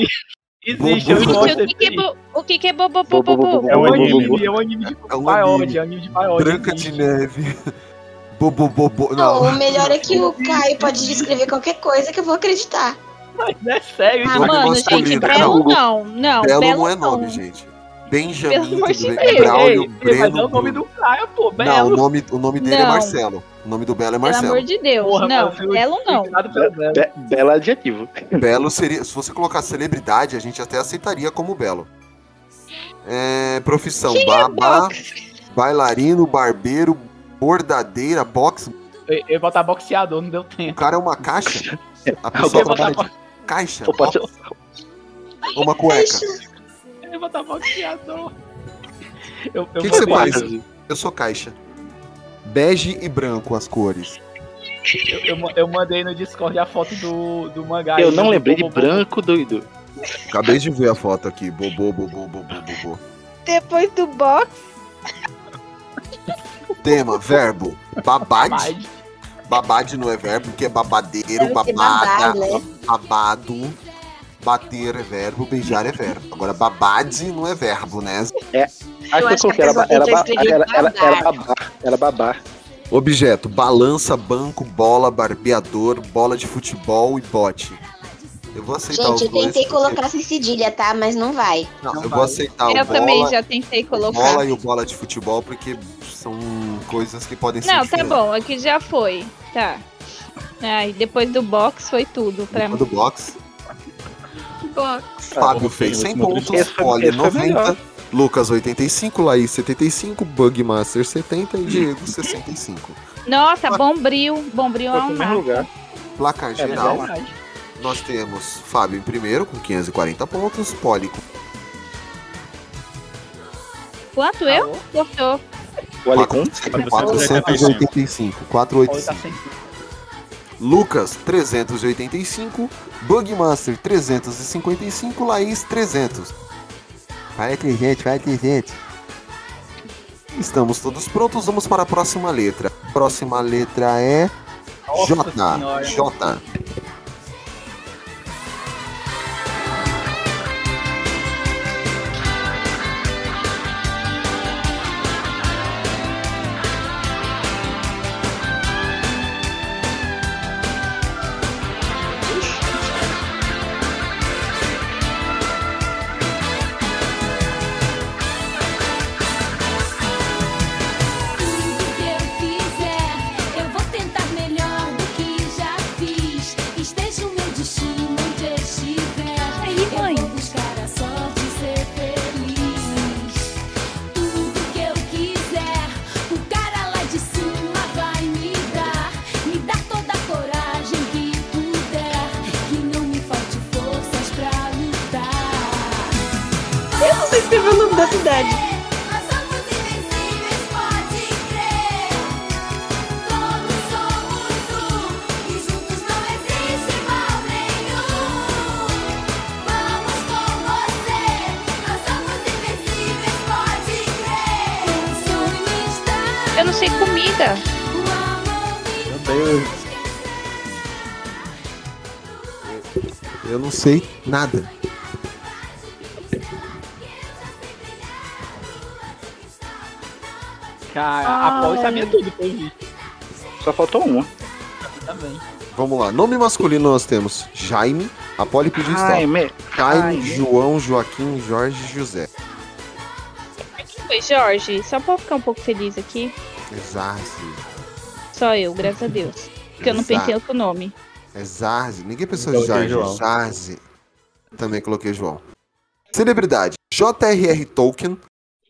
J: Existe, eu
H: Bubu.
J: gosto
D: O que que é,
J: desse aí.
D: bo... o que que é bobo, bobo, bobo?
I: É
J: É
I: um
J: um
I: anime,
J: anime, é um anime de
H: É um
J: paródia,
H: anime.
J: é um anime de paródia.
H: Branca de Neve. Bobo, bobo,
B: Não,
D: ah,
B: o
H: não.
B: melhor é que o Caio pode descrever qualquer coisa que eu vou acreditar.
J: Mas não é sério,
D: Ah,
H: Bobo
D: mano,
H: masculino,
D: gente,
H: cara.
D: Belo não. Não,
H: Belo
D: Belo,
H: não é nome, gente. Benjamin,
D: Pelo amor de
H: tudo bem?
D: Deus.
H: Braulio,
J: Ei, ei, mas é
H: Breno.
J: o nome do cara, pô,
H: Não, o
J: Belo.
H: nome, o nome dele é
D: Não.
H: Marcelo. O nome do Belo é
D: Pelo
H: Marcelo.
D: amor de Deus.
J: Porra,
D: não,
J: mas eu-
D: Belo não.
J: Obrigado pelo Belo.
F: Be- belo adjetivo.
H: Belo seria. Se você colocar celebridade, a gente até aceitaria como Belo. É, profissão: babá, bailarino, barbeiro, bordadeira, boxe.
J: Eu eu ia botar boxeador, não deu
H: O
J: tempo.
H: cara é uma caixa. A
J: Eu
H: pessoa
J: ia botar,
H: trabalha de
J: bo-
H: caixa.
F: Ou pode ser,
H: Ou uma cueca.
J: eu ia botar boxeador. Eu,
H: O
J: eu
H: que, que
J: vou
H: você
J: ver.
H: faz? Eu sou caixa. Bege e branco as cores.
J: Eu, eu ma- eu mandei no Discord a foto do, do mangá.
F: eu
J: aí,
F: não
J: do
F: lembrei de
J: Bobo
F: branco, doido.
H: Acabei de ver a foto aqui. Bobô, bobô, bobô, bobô.
D: Depois do box,
H: Tema, verbo. Babade.
J: Bobade.
H: Babade não é verbo, porque é babadeiro,
B: Deve ser
H: babada,
B: babado, né?
H: babado. Bater é verbo, beijar é verbo. Agora, babade não é verbo, né?
F: Acho que eu
B: acho que
F: coloquei,
B: a
F: era, ba-
B: pessoa
F: era,
B: tentou
F: ba-
B: escrever
F: era, era, era
B: babar.
F: babar. Era babar.
H: Objeto: balança, banco, bola, barbeador, bola de futebol e bote. Eu vou aceitar
B: Gente,
H: os
B: eu
H: dois.
B: tentei
H: porque-
B: colocar sem cedilha, tá? Mas não vai.
H: Não,
J: Não
H: eu vou
J: vale.
H: aceitar Ah, o
D: eu
H: bola,
D: também já tentei
H: o
D: colocar.
H: bola e o bola de futebol, porque são coisas que podem ser
D: Não, tá
H: diferentes.
D: bom, aqui já foi. Tá. Ai, depois do box foi tudo pra
H: Depois do box,
D: mim. Box.
H: Fábio fez 100
I: último
H: pontos,
F: Esse foi-
H: Poli
D: é-
F: esse foi melhor.
H: 90, Lucas 85, Laís 75, Bugmaster 70 e Diego 65.
D: Nossa, Bombril. Bombril é um mar.
H: Placar
D: É, mas é
H: geral,
D: verdade.
H: nós temos Fábio em primeiro com 540 pontos, Poli com
D: Quanto eu? Cortou.
H: Quatro-
J: tá
H: 485. 485. Lucas, 385. Bugmaster, 355. Laís, 300. Vai, gente, vai, gente. Estamos todos prontos, vamos para a próxima letra. Próxima letra é
J: Nossa
H: J.
J: Senhora.
H: J.
O: Tudo que eu fizer, eu vou tentar melhor do que já fiz. Esteja o meu destino onde estiver. Eu vou buscar a sorte e ser feliz. Tudo que eu quiser, o cara lá de cima vai me dar. Me dar toda a coragem que puder. Que não me falte forças pra lutar.
N: Eu não sei escrever o nome da cidade.
O: um
D: Eu não sei comida.
I: Meu Deus.
H: Eu não sei nada.
J: Cara,
B: Ah.
J: a Paul sabia tudo, pelo visto.
F: Só faltou uma.
J: Também.
H: Vamos lá. Nome masculino nós temos Jaime. A Poli pediu estar.
F: Jaime.
H: Jaime,
D: Jaime.
H: João, Joaquim, Jorge e José.
D: Foi, Jorge. Só pra eu ficar um pouco feliz aqui.
H: Exarze.
D: Só eu, graças a Deus. Porque eu não
H: Exato.
D: pensei no outro nome.
H: É Zarze. Ninguém pensou em
I: Coloquei
H: Zarze.
I: João.
H: Zarze. Também coloquei João. Celebridade. J.R.R. Tolkien.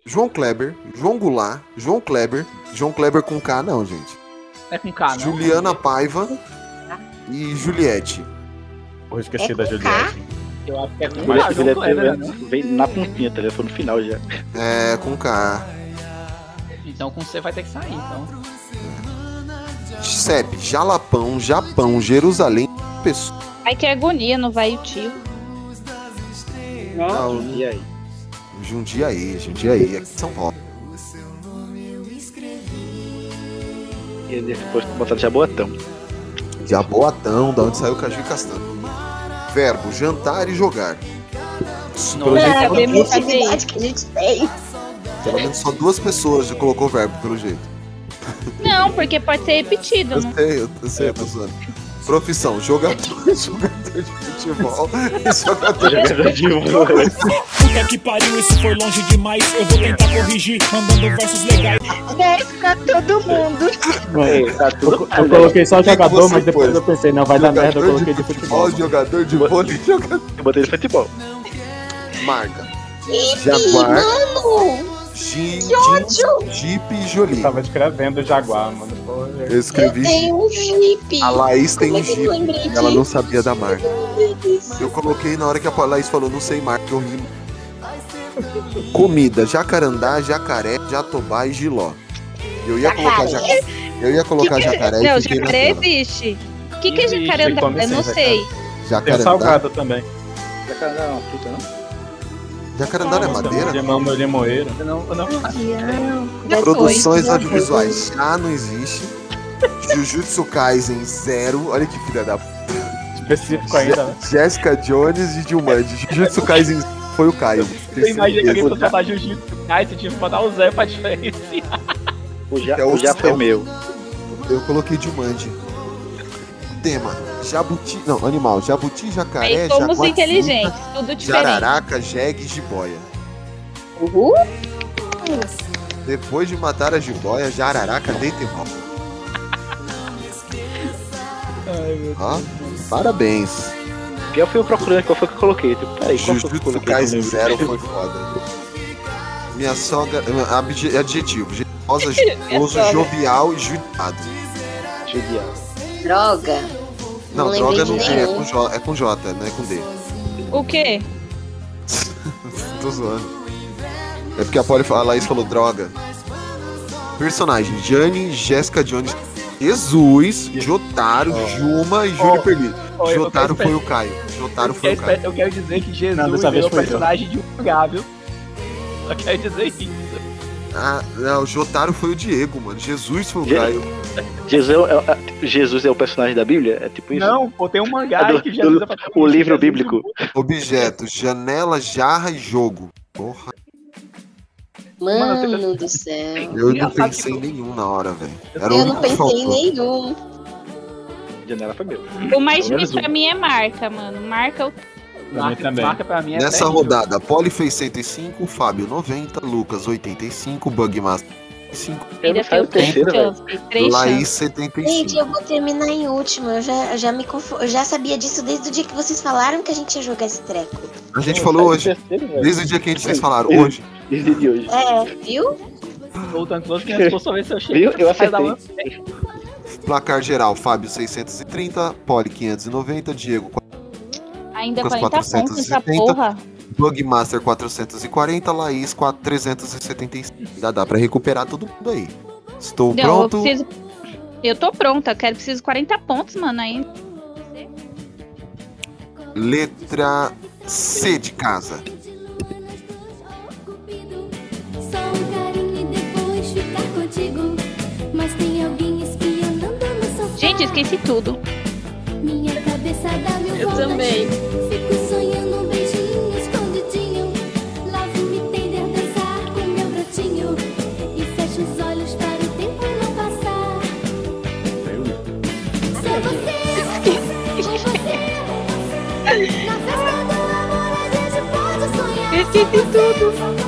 H: João Kleber. João Goulart. João Kleber. João Kleber com K não, gente.
J: É com K, não.
H: Juliana Paiva. E Juliette.
I: Porra, esqueci da Juliette.
J: Eu acho que é com
F: Mas
J: K,
F: que ele
J: João Kleber, né?
F: veio, veio na pontinha, tá ligado? Foi no final já.
H: É, com K.
J: Então com C vai ter que sair, então.
H: CEP. Jalapão. Japão. Jerusalém. Pessoa.
D: Ai, que agonia, não vai o tio.
F: E aí?
H: Jundiaí. Jundiaí. Aqui em São Paulo.
F: E depois botaram é Jaboatão.
H: Jaboatão. Da onde saiu o Caju e Castanho. Verbo. Jantar e jogar. Pelo
B: Não,
H: jeito,
B: é a
H: só
B: mesma
H: duas-
B: facilidade que a gente tem.
H: Pelo menos só duas pessoas já colocou o verbo, pelo jeito.
D: Não, porque pode ser repetido,
H: Eu
D: né?
H: sei, eu, eu sei, eu tô zoando. Profissão, jogador, jogador de futebol e jogador
I: um,
H: de
I: né?
H: vôlei.
P: Puta que pariu, isso foi longe demais. Eu vou tentar corrigir, mandando versos legais.
N: Desce pra todo mundo.
H: É, tá
I: Eu coloquei só jogador, mas depois eu pensei, não, vai dar merda, eu coloquei de futebol.
H: Jogador de vôlei, jogador.
F: Eu botei de futebol.
H: Marca.
I: Jaguar.
N: mano!
H: Que
N: ódio!
H: Jeep e Jolie.
I: Tava escrevendo Jaguar, mano.
H: Eu escrevi.
N: Eu tenho um Jeep.
H: A Laís tem
N: Como
H: um
N: é que eu
H: Jeep.
N: lembrei
H: Ela não
N: disso?
H: sabia da marca. Eu coloquei na hora que a Laís falou, não sei marca, eu ri. Comida, jacarandá, jacaré, jatobá e giló. Eu ia colocar jacaré. Eu ia colocar
D: Que que-
H: jacaré
D: Não,
H: e fiquei na
D: jacaré é
H: dúvida.
D: existe. O que, que é
I: Existe,
D: jacarandá?
I: come
D: Eu não
I: sim,
D: sei.
I: Tem
H: Jacarandá.
I: salgado também.
F: Jacarandá não, fruta
J: né?
F: não.
H: Jacarandá não é
I: Nossa,
H: madeira?
I: Limão, meu limoeiro.
J: Não, eu não.
H: Produções audiovisuais. Ah, não existe. Jujutsu Kaisen zero. Olha que filha da puta.
I: Específico ainda, né?
H: Jessica Jones e Dilmand. Jujutsu Kaisen foi o Caio.
J: Eu imaginei que alguém fosse botar Jiu-Jitsu Kaisen, tipo, pra dar o Zé pra diferenciar.
F: O já,
H: É o
F: o já foi
H: céu.
F: meu.
H: Eu coloquei Dilmand. Tema. Jabuti. Não, animal. Jabuti, jacaré,
D: Aí somos
H: jaguatirica,
D: inteligentes, tudo diferente.
H: Jararaca, jegue e jiboia.
D: Uhul.
H: Depois de matar a jiboia, jararaca deita e rola. Ó, parabéns.
F: Pior foi eu procurando qual foi que eu coloquei. Tipo, peraí, qual foi que eu
H: Jujutsu
F: coloquei?
H: Kaisen Zero foi foda. Minha sogra. eh, abje- Adjetivo. Generosa, generoso,
B: sogra.
H: jovial e judiado.
F: Judiado.
B: Droga.
H: Não,
B: Não
H: droga não
B: lembrei de
H: tem, é
B: nenhum.
H: com, J, é com J, não é com D.
D: O quê?
H: Tô zoando. É porque a, Polly, a Laís falou droga. Personagem: Jane, Jéssica Jones, Jesus, Jotaro, Juma e Júlio Permito.
J: ó, eu
H: Jotaro
J: quero-
H: foi o Caio. Jotaro foi o
J: Eu quero-
H: Caio.
J: Eu quero dizer que Jesus
H: Não, dessa
J: é
H: vez
J: o
H: foi eu.
J: personagem de um Gábio. Só quero dizer isso.
H: Ah, não, o Jotaro foi o Diego, mano. Jesus foi o
F: Je-
H: Caio.
F: Jesus é, é- Jesus é o personagem da Bíblia? É tipo isso?
J: Não, pô, tem um mangá
F: É do-
J: que Jesus
F: do-
J: é protagonista.
F: o livro bíblico.
H: Objetos: janela, jarra e jogo. Porra,
B: Mano do céu.
H: eu não pensei em nenhum na hora, velho. Era o
B: Eu
H: único
B: não
H: que
B: pensei em
H: faltou.
B: nenhum.
F: Janela foi meu.
D: O mais
H: Pelo menos
D: difícil pra
H: um.
D: mim é marca, mano. Marca é o.
H: Marca- também.
J: marca pra mim é
H: Nessa
J: terrível.
H: rodada, Poli fez 105, Fábio 90, Lucas 85, Bugmaster 5,
B: Eu
D: é
B: não
H: faço terceiro,
D: né?
B: chance, três
H: Laís
B: chances.
H: 75.
B: Gente, eu vou terminar em último. Eu já, eu já me confu- eu já sabia disso desde o dia que vocês falaram que a gente ia jogar esse treco.
H: A gente falou hoje, desde o dia que a gente vocês falaram, hoje.
F: Desde de hoje.
B: É, viu?
J: Voltando close, que eu só ver se eu chego.
F: Viu? Eu
J: Filha da
F: acertei.
J: mãe.
H: Placar geral, Fábio 630, Poli 590, Diego 400,
D: Ainda
H: Lucas
D: 40 pontos essa
H: 470.
D: porra.
H: Bugmaster 440, Laís 375. Ainda dá pra recuperar todo mundo aí. Estou
D: Não,
H: pronto.
D: eu preciso. Eu tô pronta, quero preciso 40 pontos, mano, ainda.
H: Letra C de casa.
O: Só um carinho e depois ficar contigo. Mas tem alguém espionando no sofá.
D: Gente, esqueci tudo.
O: Minha cabeça dá mil
D: Eu
O: voltas.
D: também.
O: Fico sonhando um beijinho escondidinho. Lá vou me tender dançar com meu gatinho. E fecho os olhos para o tempo não passar. Só você, só você. Na festa do amor a gente pode sonhar. Esqueci tudo.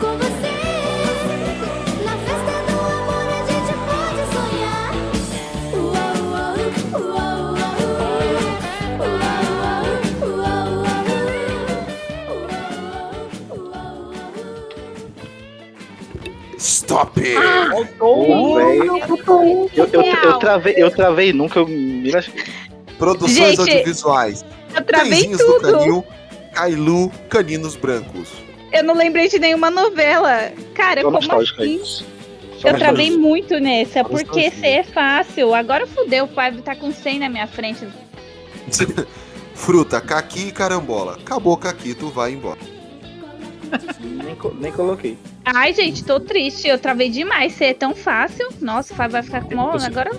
O: Com você. Na festa do amor a gente pode sonhar. Uau, uau, uau, uau.
H: Stop!
D: Ah!
F: Ô, véi. eu, eu, eu,
D: real.
F: travei, eu travei nunca, eu me lasquei.
H: Produções
D: Gente,
H: audiovisuais.
D: eu travei
H: Cãezinhos
D: tudo.
H: do Canil, Cailu, Caninos Brancos.
D: Eu não lembrei de nenhuma novela. Cara,
H: Só
D: como
H: nostálgico
D: assim?
H: Só
D: Eu travei
H: nostálgico.
D: muito nessa,
H: Só
D: porque
H: nostálgico.
D: ser é fácil. Agora fudeu, o Fábio tá com 100 na minha frente.
H: Fruta, caqui e carambola. Acabou caqui, tu vai embora.
F: nem, co- nem coloquei.
D: Ai, gente, tô triste. Eu travei demais. Ser é tão fácil. Nossa, o Fábio vai ficar com. Agora.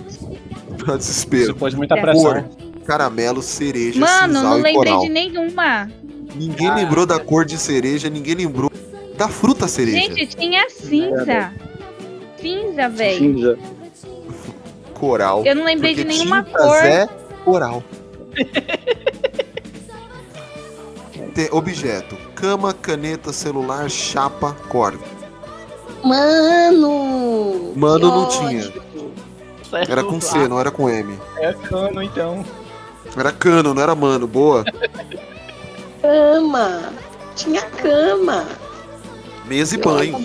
H: Pra desespero. Você pode
J: É
D: muita pressão.
H: caramelo, cereja,
D: É. Mano,
H: sisal
D: não
H: e
D: lembrei
H: coral.
D: de nenhuma.
H: Ninguém lembrou da cor de cereja, ninguém lembrou da fruta cereja.
D: Gente, tinha
H: é
D: cinza. Cinza, velho.
F: Cinza.
H: Coral.
D: Eu não lembrei de
H: Porque
D: nenhuma
H: tintas
D: cor.
H: É coral. Tem objeto: cama, caneta, celular, chapa, corda.
B: Mano!
H: Mano, não
B: que
H: tinha.
B: ódio.
H: Era
F: Ah.
H: com C, não era com M.
J: É cano, então.
H: Era cano, não era mano. Boa.
B: Cama. Tinha cama.
H: Mesa e banho.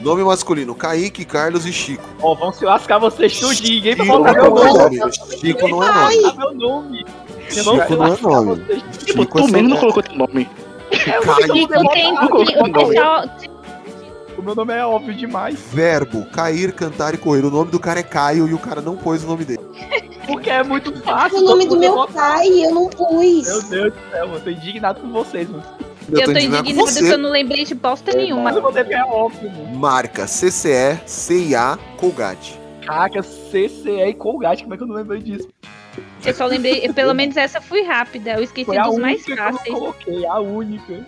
H: Nome masculino: Kaique, Carlos e Chico.
J: Ó, vão se lascar vocês tudinho,
F: tá
J: ninguém vai
H: Chico
J: botar meu
H: não é
J: nome.
H: nome. Chico não é
J: Vai
H: nome.
J: botar meu nome.
H: Chico não é nome. Chico
F: Tipo, tu mesmo não colocou
H: teu nome.
D: Gente,
H: Cair,
D: tem- o pessoal-
J: O meu nome é óbvio demais.
H: verbo, cair, cantar e correr. O nome do cara é Caio e o cara não pôs o nome dele.
J: Porque é muito fácil.
B: O nome do
J: todo
B: meu
J: mundo
B: pai, eu não pus.
J: Meu Deus do céu, eu tô indignado com vocês, mano.
D: Eu tô indignada que eu não lembrei de bosta nenhuma.
J: Mas eu vou ter que é óbvio, mano.
H: Marca CCE, CIA, Colgate.
J: Caraca, CCE e Colgate, como é que eu não lembrei disso?
D: Eu só lembrei, eu- pelo menos essa fui rápida. Eu esqueci
J: Foi a
D: é dos mais
J: única que eu não
D: fáceis.
J: coloquei, a única.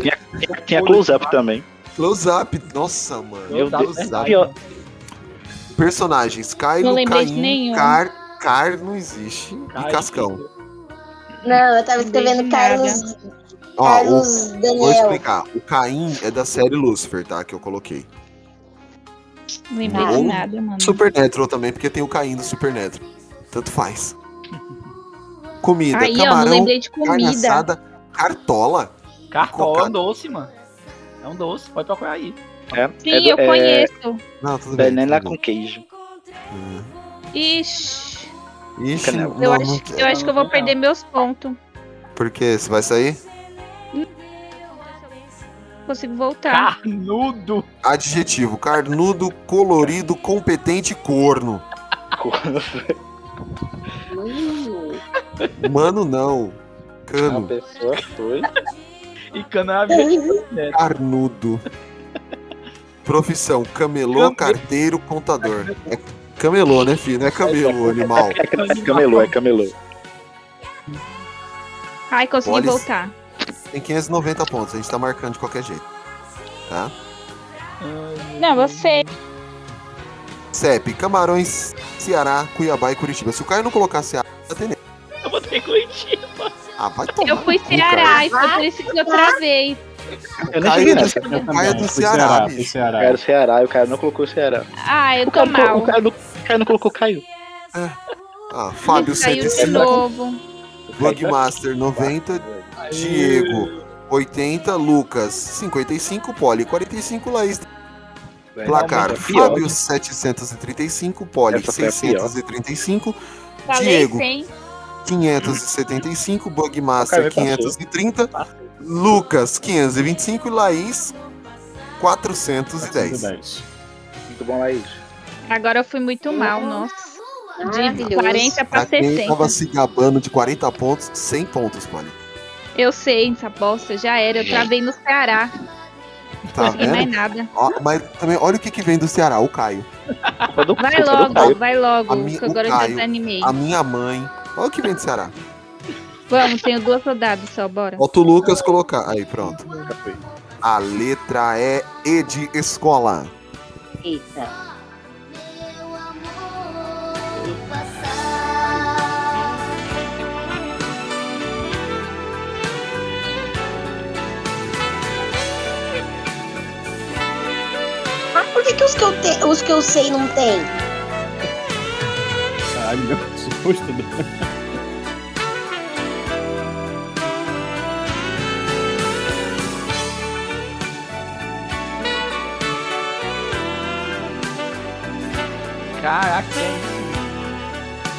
F: Tinha, tinha- tinha close-up também.
H: Close-up, nossa, mano.
F: Meu Deus,
H: Close-up.
F: pior.
H: Personagens: Caio,
B: Não lembrei de
H: Caim,
B: nenhum.
H: Car, Car não existe. E Cascão.
B: Não, eu tava escrevendo Carlos.
H: Ó, Ah, o-
B: Carlos
H: vou
B: Daniel.
H: explicar. O Caim é da série Lucifer, tá? Que eu coloquei.
D: Não lembrei de
H: Ou
D: nada, mano.
H: Supernatural também, porque tem o Caim do Supernatural. Tanto faz. Comida,
D: Aí, ó, não
H: camarão,
D: lembrei de
H: carne
D: comida.
H: assada, cartola.
J: Cartola é um
H: Cocada.
J: doce, mano. É um doce, pode procurar aí.
F: É,
D: Sim, eu conheço.
H: Não, tudo
F: bem. Banana com queijo.
D: Ixi,
H: Ixi,
F: Canela.
D: eu
H: não,
D: acho,
H: não
D: que- eu acho que eu vou perder meus pontos.
H: Por quê? Você vai sair?
D: Consigo
F: Tá.
D: voltar.
J: Nudo.
H: Adjetivo. Carnudo, colorido, competente, e corno. Mano, não. Cano.
F: pessoa foi.
J: E cannabis. né?
H: Carnudo. Profissão: camelô, carteiro, contador. É camelô, né, filho? Não é camelo, animal.
F: É camelô, é camelô.
D: Ai, consegui
H: Olha,
D: voltar.
H: Tem 590 pontos, a gente tá marcando de qualquer jeito. Tá?
D: Não, você.
H: CEP, Camarões, Ceará, Cuiabá e Curitiba. Se o Caio não colocar Ceará, tá atendendo.
J: Eu vou ter Curitiba.
H: Ah, vai tomar.
D: Eu fui
H: no cu,
D: Ceará
H: cara.
D: e foi por isso que eu travei.
H: Caio
F: Eu nem
H: do-
F: cheguei nessa.
H: Caio do Caio do Ceará, Ceará, bicho. Ceará.
F: O Caio do Ceará, e o cara não colocou o Ceará.
D: Ah, eu
F: O
D: tô
F: cara,
D: mal.
F: o cara não, o cara não colocou Caio.
H: Ah, Fábio
D: Caiu de
H: 75,
D: novo.
H: Bugmaster 90, Diego 80, Lucas 55, Poli 45, Laís.
F: Velho,
H: Placar:
F: é pior,
H: Fábio
F: né?
H: 735, Poli
F: Essa foi a pior.
H: 635,
D: Falei
H: Diego
D: sem.
H: 575,
F: Cara,
H: Bugmaster
F: me passou.
H: 530, Lucas 525 e Laís
F: Tá
H: 410.
F: Muito bom, Laís.
D: Agora eu fui muito mal, nossa. De
B: Maravilhoso.
D: 40 pra
H: Pra quem
D: 60.
H: tava se gabando de 40 pontos, 100 pontos, Poli.
D: Eu sei, essa bosta já era. Eu travei no Ceará.
H: Tá
D: Não tem mais
H: vendo?
D: nada.
H: Ó, mas também, olha o que, que vem do Ceará, o Caio.
D: Ah, Vai logo, vai logo, que agora eu já
H: Caio,
D: desanimei.
H: A minha mãe. Olha o que vem do Ceará.
D: Vamos, tenho duas rodadas só, bora.
H: Falta o Lucas colocar. Aí, pronto. A letra é E de escola.
N: Eita.
B: Ah, por que, que os, que eu te- os que eu sei não tem?
I: Caralho, meu que susto.
F: né?
J: Caraca, que é isso?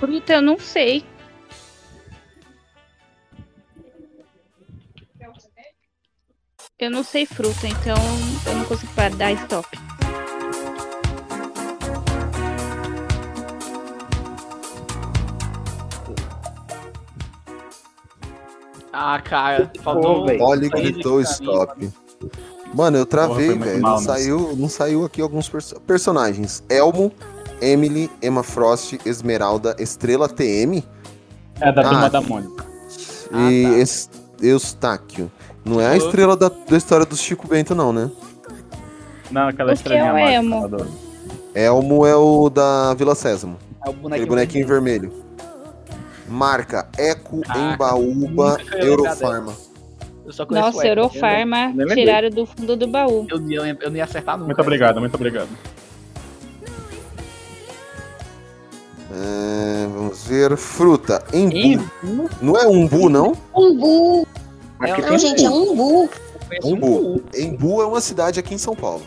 D: Fruta, eu não sei. Eu não sei fruta, então eu não consigo parar- dar stop.
J: Ah, cara, faltou. um.
H: Olha,
I: tá
J: Aí,
H: gritou
J: cara,
H: stop. Mano, eu
I: Porra,
H: travei,
I: foi muito
H: velho.
I: mal,
H: Não
I: né?
H: saiu, não saiu aqui alguns perso- personagens. Elmo, Emily, Emma Frost, Esmeralda, Estrela TM.
I: É da turma
H: Ah,
I: da Mônica.
H: E es- Eustáquio. Não é a
I: Falou.
H: estrela da, da história do Chico Bento, não, né?
I: Não, aquela
D: O que é
I: estrelinha
D: o
I: mágica.
D: emo?
I: lá do-
H: Elmo é o da Vila Sésamo.
J: É o bonequinho
H: Aquele bonequinho vermelho. Marca Eco, Embaúba,
J: Ah, nunca ia lembrar
H: Eurofarma.
J: Eu só conheço
D: Nossa,
J: essa,
D: Eurofarma
J: eu nem-
D: tiraram do fundo do baú.
J: Eu, eu, eu não ia acertar nunca.
I: Muito obrigado, muito obrigado.
H: É, vamos ver. Fruta. Embu. Não é umbu, não?
B: Umbu.
H: Aqui
B: Não,
H: tem
B: gente, é
F: um
B: umbu.
J: é
H: Umbu. Embu é uma cidade aqui em São Paulo.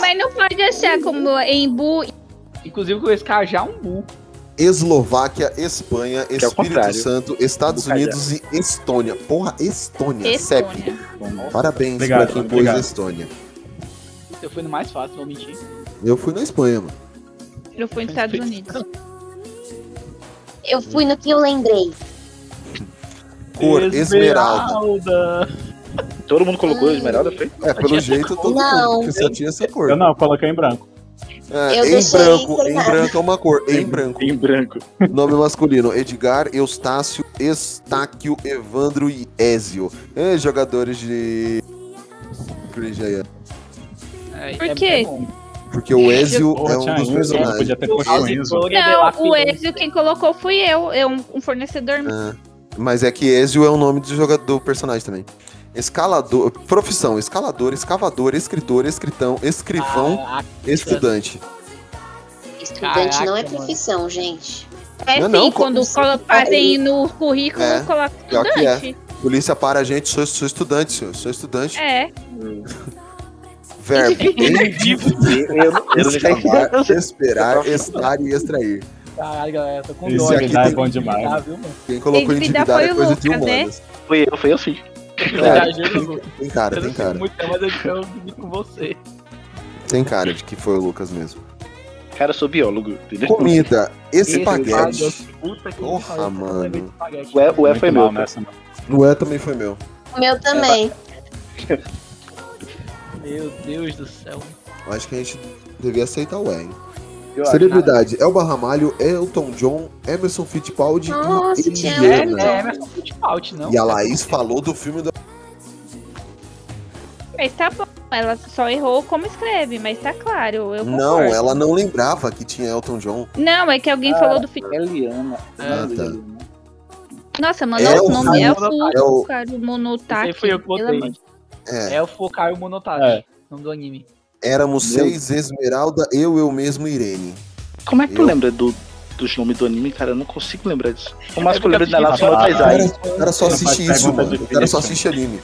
D: Mas não pode achar como embu.
J: Inclusive, eu conheço Cajambu.
H: Eslováquia, Espanha,
F: é o
H: Espírito
F: contrário.
H: Santo, Estados
F: Do Cajá.
H: Unidos e Estônia. Porra, Estônia.
D: Estônia.
H: CEP. Parabéns
I: Obrigado,
H: pra quem pôs
I: obrigado.
H: Estônia.
J: Eu fui no mais fácil, não vou mentir.
H: Eu fui na Espanha, mano.
D: Eu fui nos Estados Unidos.
B: Eu fui no que eu lembrei.
H: Cor esmeralda.
F: Todo mundo colocou esmeralda,
D: Hum.
F: foi?
H: É, pelo jeito, todo
B: Não.
H: mundo, porque só tinha essa cor.
I: Eu não, coloquei em branco.
H: É,
B: Eu
H: em
B: deixei
H: branco,
B: sem
H: em
B: nada.
H: branco é uma cor, em branco.
F: Em branco.
H: Nome masculino, Edgar, Eustácio, Estáquio, Evandro e Ézio. É, jogadores de... Frigeia.
J: É,
D: Por
J: é-
D: quê?
J: É bom.
H: Porque o Ézio
I: Porra,
H: é um
I: tinha
H: dos
I: Enzo,
H: personagens.
I: podia ter posto
H: As-
I: o Enzo.
J: Glória de é lá,
D: Não, o
J: filho.
D: Ezio quem colocou fui eu. Eu um um É fornecedor.
H: Ah, Mas é que Ezio é o nome do jogador do personagem também. Escalador, profissão, escalador, escavador, escritor, escritão, escrivão, estudante.
B: Estudante
H: Caraca,
B: não é
H: mano.
B: profissão, gente.
D: É
H: Não,
D: sim,
H: não,
D: quando
H: como-
D: colo- fazem no currículo,
H: É,
D: coloca
H: Pior que
D: estudante.
H: é. Polícia para a gente, sou, sou estudante, senhor, sou estudante.
D: É.
H: Verbo.
F: Eu não- eu não sei.
H: Escavar, esperar, estar e extrair.
J: Caralho, galera, tô com
H: Esse
J: dó.
H: aqui
J: aqui
H: tem-
J: Tá, viu, mano?
H: Quem colocou
J: Endividar
H: endividar
J: foi
H: é
J: o
H: coisa de
J: Lucas, né?
H: humanos.
F: Fui eu, fui eu sim.
H: Cara,
J: Eu juro, Lucas.
H: Tem cara,
J: Eu
H: tem
J: não
H: cara.
J: sei muito, mas eu- eu divido com você.
H: Tem cara de que foi o Lucas mesmo.
F: Cara, eu sou biólogo, entendeu?
H: Comida, espaguete.
J: Puta que tá
H: Ah, mano.
F: O E, o e foi meu.
I: nessa, mano.
H: O E é, também foi meu.
B: O meu
F: É,
B: também.
J: Meu Deus do céu.
H: Acho que a gente devia aceitar o E, hein?
J: Eu
H: Celebridade, Elba Ramalho, Elton John, Emerson Fittipaldi
J: Nossa,
H: e
J: tinha
H: Eliana.
J: É, mas não foi de paute, não.
H: E a Laís falou do filme da...
D: Mas tá bom, ela só errou como escreve, mas tá claro. Eu
H: Não,
D: concordo.
H: ela não lembrava que tinha Elton John.
D: Não, é que alguém
H: Ah,
D: falou do filho.
J: Eliana.
D: É.
H: Ah, tá.
D: Nossa, mandou
H: É
D: o
H: o
D: nome. É
J: Raimundo-
H: é o-
D: o Cara Monotaki.
J: Esse aí fui eu que
D: pelo
J: botei.
D: amor de-
H: É.
J: É o Focaio
I: É,
J: Monotaki, nome do anime.
H: Éramos
J: Meu-
H: seis, Esmeralda, eu, eu mesmo e Irene.
F: Como é que tu
H: Eu-
F: lembra do, dos nomes do anime, cara? Eu não consigo lembrar disso.
J: É
F: O mais que eu
H: porque
F: lembro da
H: assisti
F: Nacional
H: vários.
F: Paisagem.
H: O cara- O cara só assiste isso, mano. O cara só assiste anime.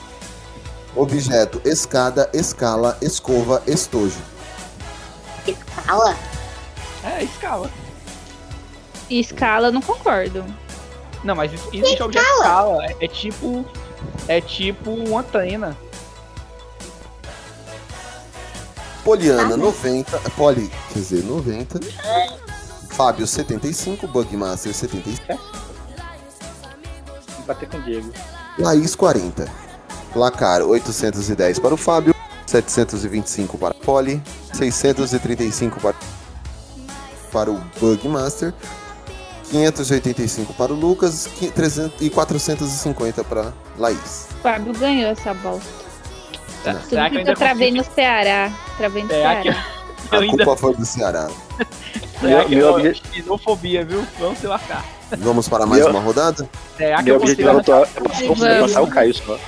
H: Objeto, escada, escala, escova, estojo.
B: Fala.
J: É, escala.
D: Escala, eu não concordo.
J: Não, mas isso, isso é um objeto de escala. É, é tipo. É tipo uma antena.
H: Poliana, 90. Poli, quer dizer, 90. Fábio, 75. Bugmaster, 77.
F: Bater com o Diego.
H: Laís, 40. Placar, 810 para o Fábio. 725 para a Poli. 635 para, para o Bugmaster. 585 para o Lucas. qui- 300 e 450 para Laís.
D: O Fábio ganhou essa bola.
H: Será
D: Tudo
H: que eu
D: que,
H: ainda
D: eu travei no Ceará. Travei no
J: Será que
D: Ceará.
H: A culpa foi do Ceará.
J: Será que
F: meu
J: eu-
F: obje-
J: Xenofobia, viu? Vamos se marcar.
H: Vamos para mais
F: Meu-
H: uma rodada?
J: Será que
F: Meu
J: eu
F: objetivo
J: consigo
F: era atuar-
J: arrancar-
F: é passar o- é passar o Caio só.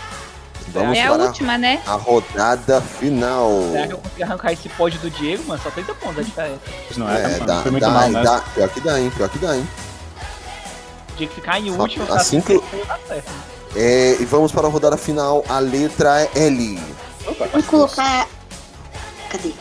H: Vamos
J: É a
H: para
J: última, né?
H: a rodada final.
I: É,
J: Será que eu consigo arrancar esse pod do Diego, mano? Só 30 pontos a diferença.
H: Não é,
I: mano.
H: dá,
I: Foi muito
H: dá,
I: mal, né?
H: dá. Pior que dá, hein? Pior que dá, hein?
J: Tinha que ficar em
H: Só-
J: último.
H: assim que-
J: Tá certo.
H: É, e vamos para a rodada final. A letra é L.
B: Vamos colocar. Cadê? Ih,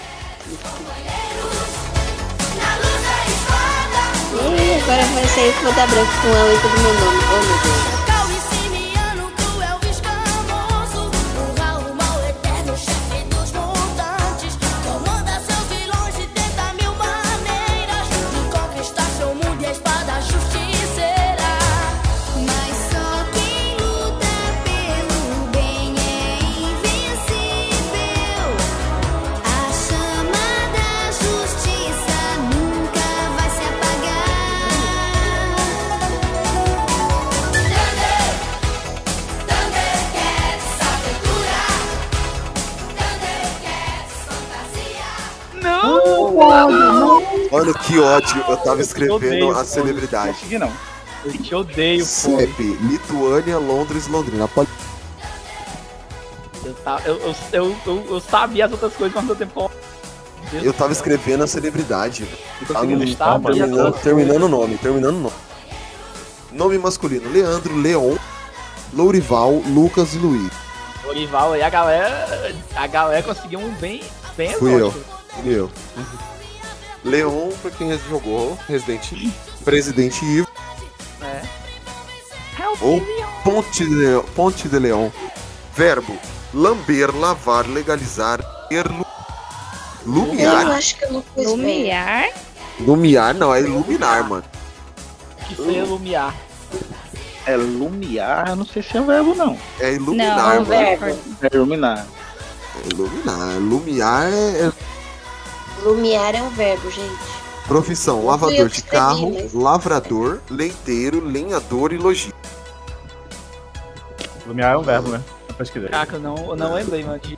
B: agora vai sair o que vou dar branco com a letra do meu nome. Oh meu Deus.
O: Calviciniano, cruel, escamoso Um Raul mau eterno, chefe dos montantes Comanda seus vilões de 30 mil maneiras De conquistar seu mundo e a espada justiceira Mas só quem luta pelo bem é invencível A chama da justiça nunca vai se apagar
J: Não!
H: Olha que ódio. Eu tava escrevendo
J: odeio,
H: a
J: pô.
H: celebridade.
J: Consegui não. Eu te odeio, pô.
H: CEP, Lituânia, Londres, Londrina. Pode...
J: Eu, tá- eu, eu, eu, eu- eu sabia as outras coisas, mas não deu tempo.
H: Eu tava escrevendo a celebridade. Tá no-
J: conseguindo estar, mano.
H: terminando, terminando o nome, terminando o nome. Nome masculino: Leandro, Leon, Lourival, Lucas e Luiz.
J: Orival aí, a galera. A galera conseguiu um bem. bem
H: Fui eu.
J: exótico.
H: Fui eu.
J: Uhum.
H: Leon foi quem jogou Resident Evil. Presidente Evil.
J: É.
D: É
H: Ou Ponte de, Leão, Ponte de Leão. Verbo: lamber, lavar, legalizar, erlu,
F: Ah.
B: Eu
H: lumiar.
B: acho que eu não é. pus
D: Lumiar?
H: Lumiar não, é iluminar, mano.
J: Que seria lumiar.
F: Uh. É lumiar, eu não sei se é verbo, não.
H: É iluminar, mano.
F: É iluminar.
H: É iluminar. Lumiar é é
B: Lumiar é um verbo, gente.
H: profissão:
B: eu
H: lavador
B: que
H: de
B: escrevi,
H: carro,
B: mas-
H: lavrador, leiteiro, lenhador e lojista.
I: Lumiar é um verbo, né? Eu pesquisei.
J: Caraca, eu não, eu não lembrei, mano. de-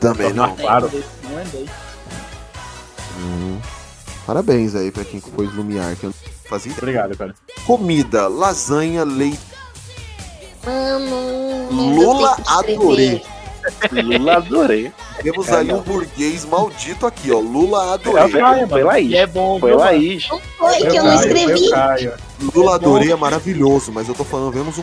H: Também
I: Tornar
H: Ah, não.
I: claro.
J: Não lembrei.
H: Hum. Parabéns aí pra quem pôs Lumiar, que eu não fazia.
I: Obrigado, cara.
H: Comida, lasanha, leite,
B: Mano,
H: Lula adorei.
F: Lula adorei.
H: Temos
F: É,
H: aí
F: não.
H: um burguês maldito aqui, ó. Lula
F: Foi,
H: adorei.
F: foi, foi Laís.
H: É
F: bom, foi Laís.
B: Foi É que eu não escrevi.
H: Lula adorei é maravilhoso, mas eu tô falando, vemos um.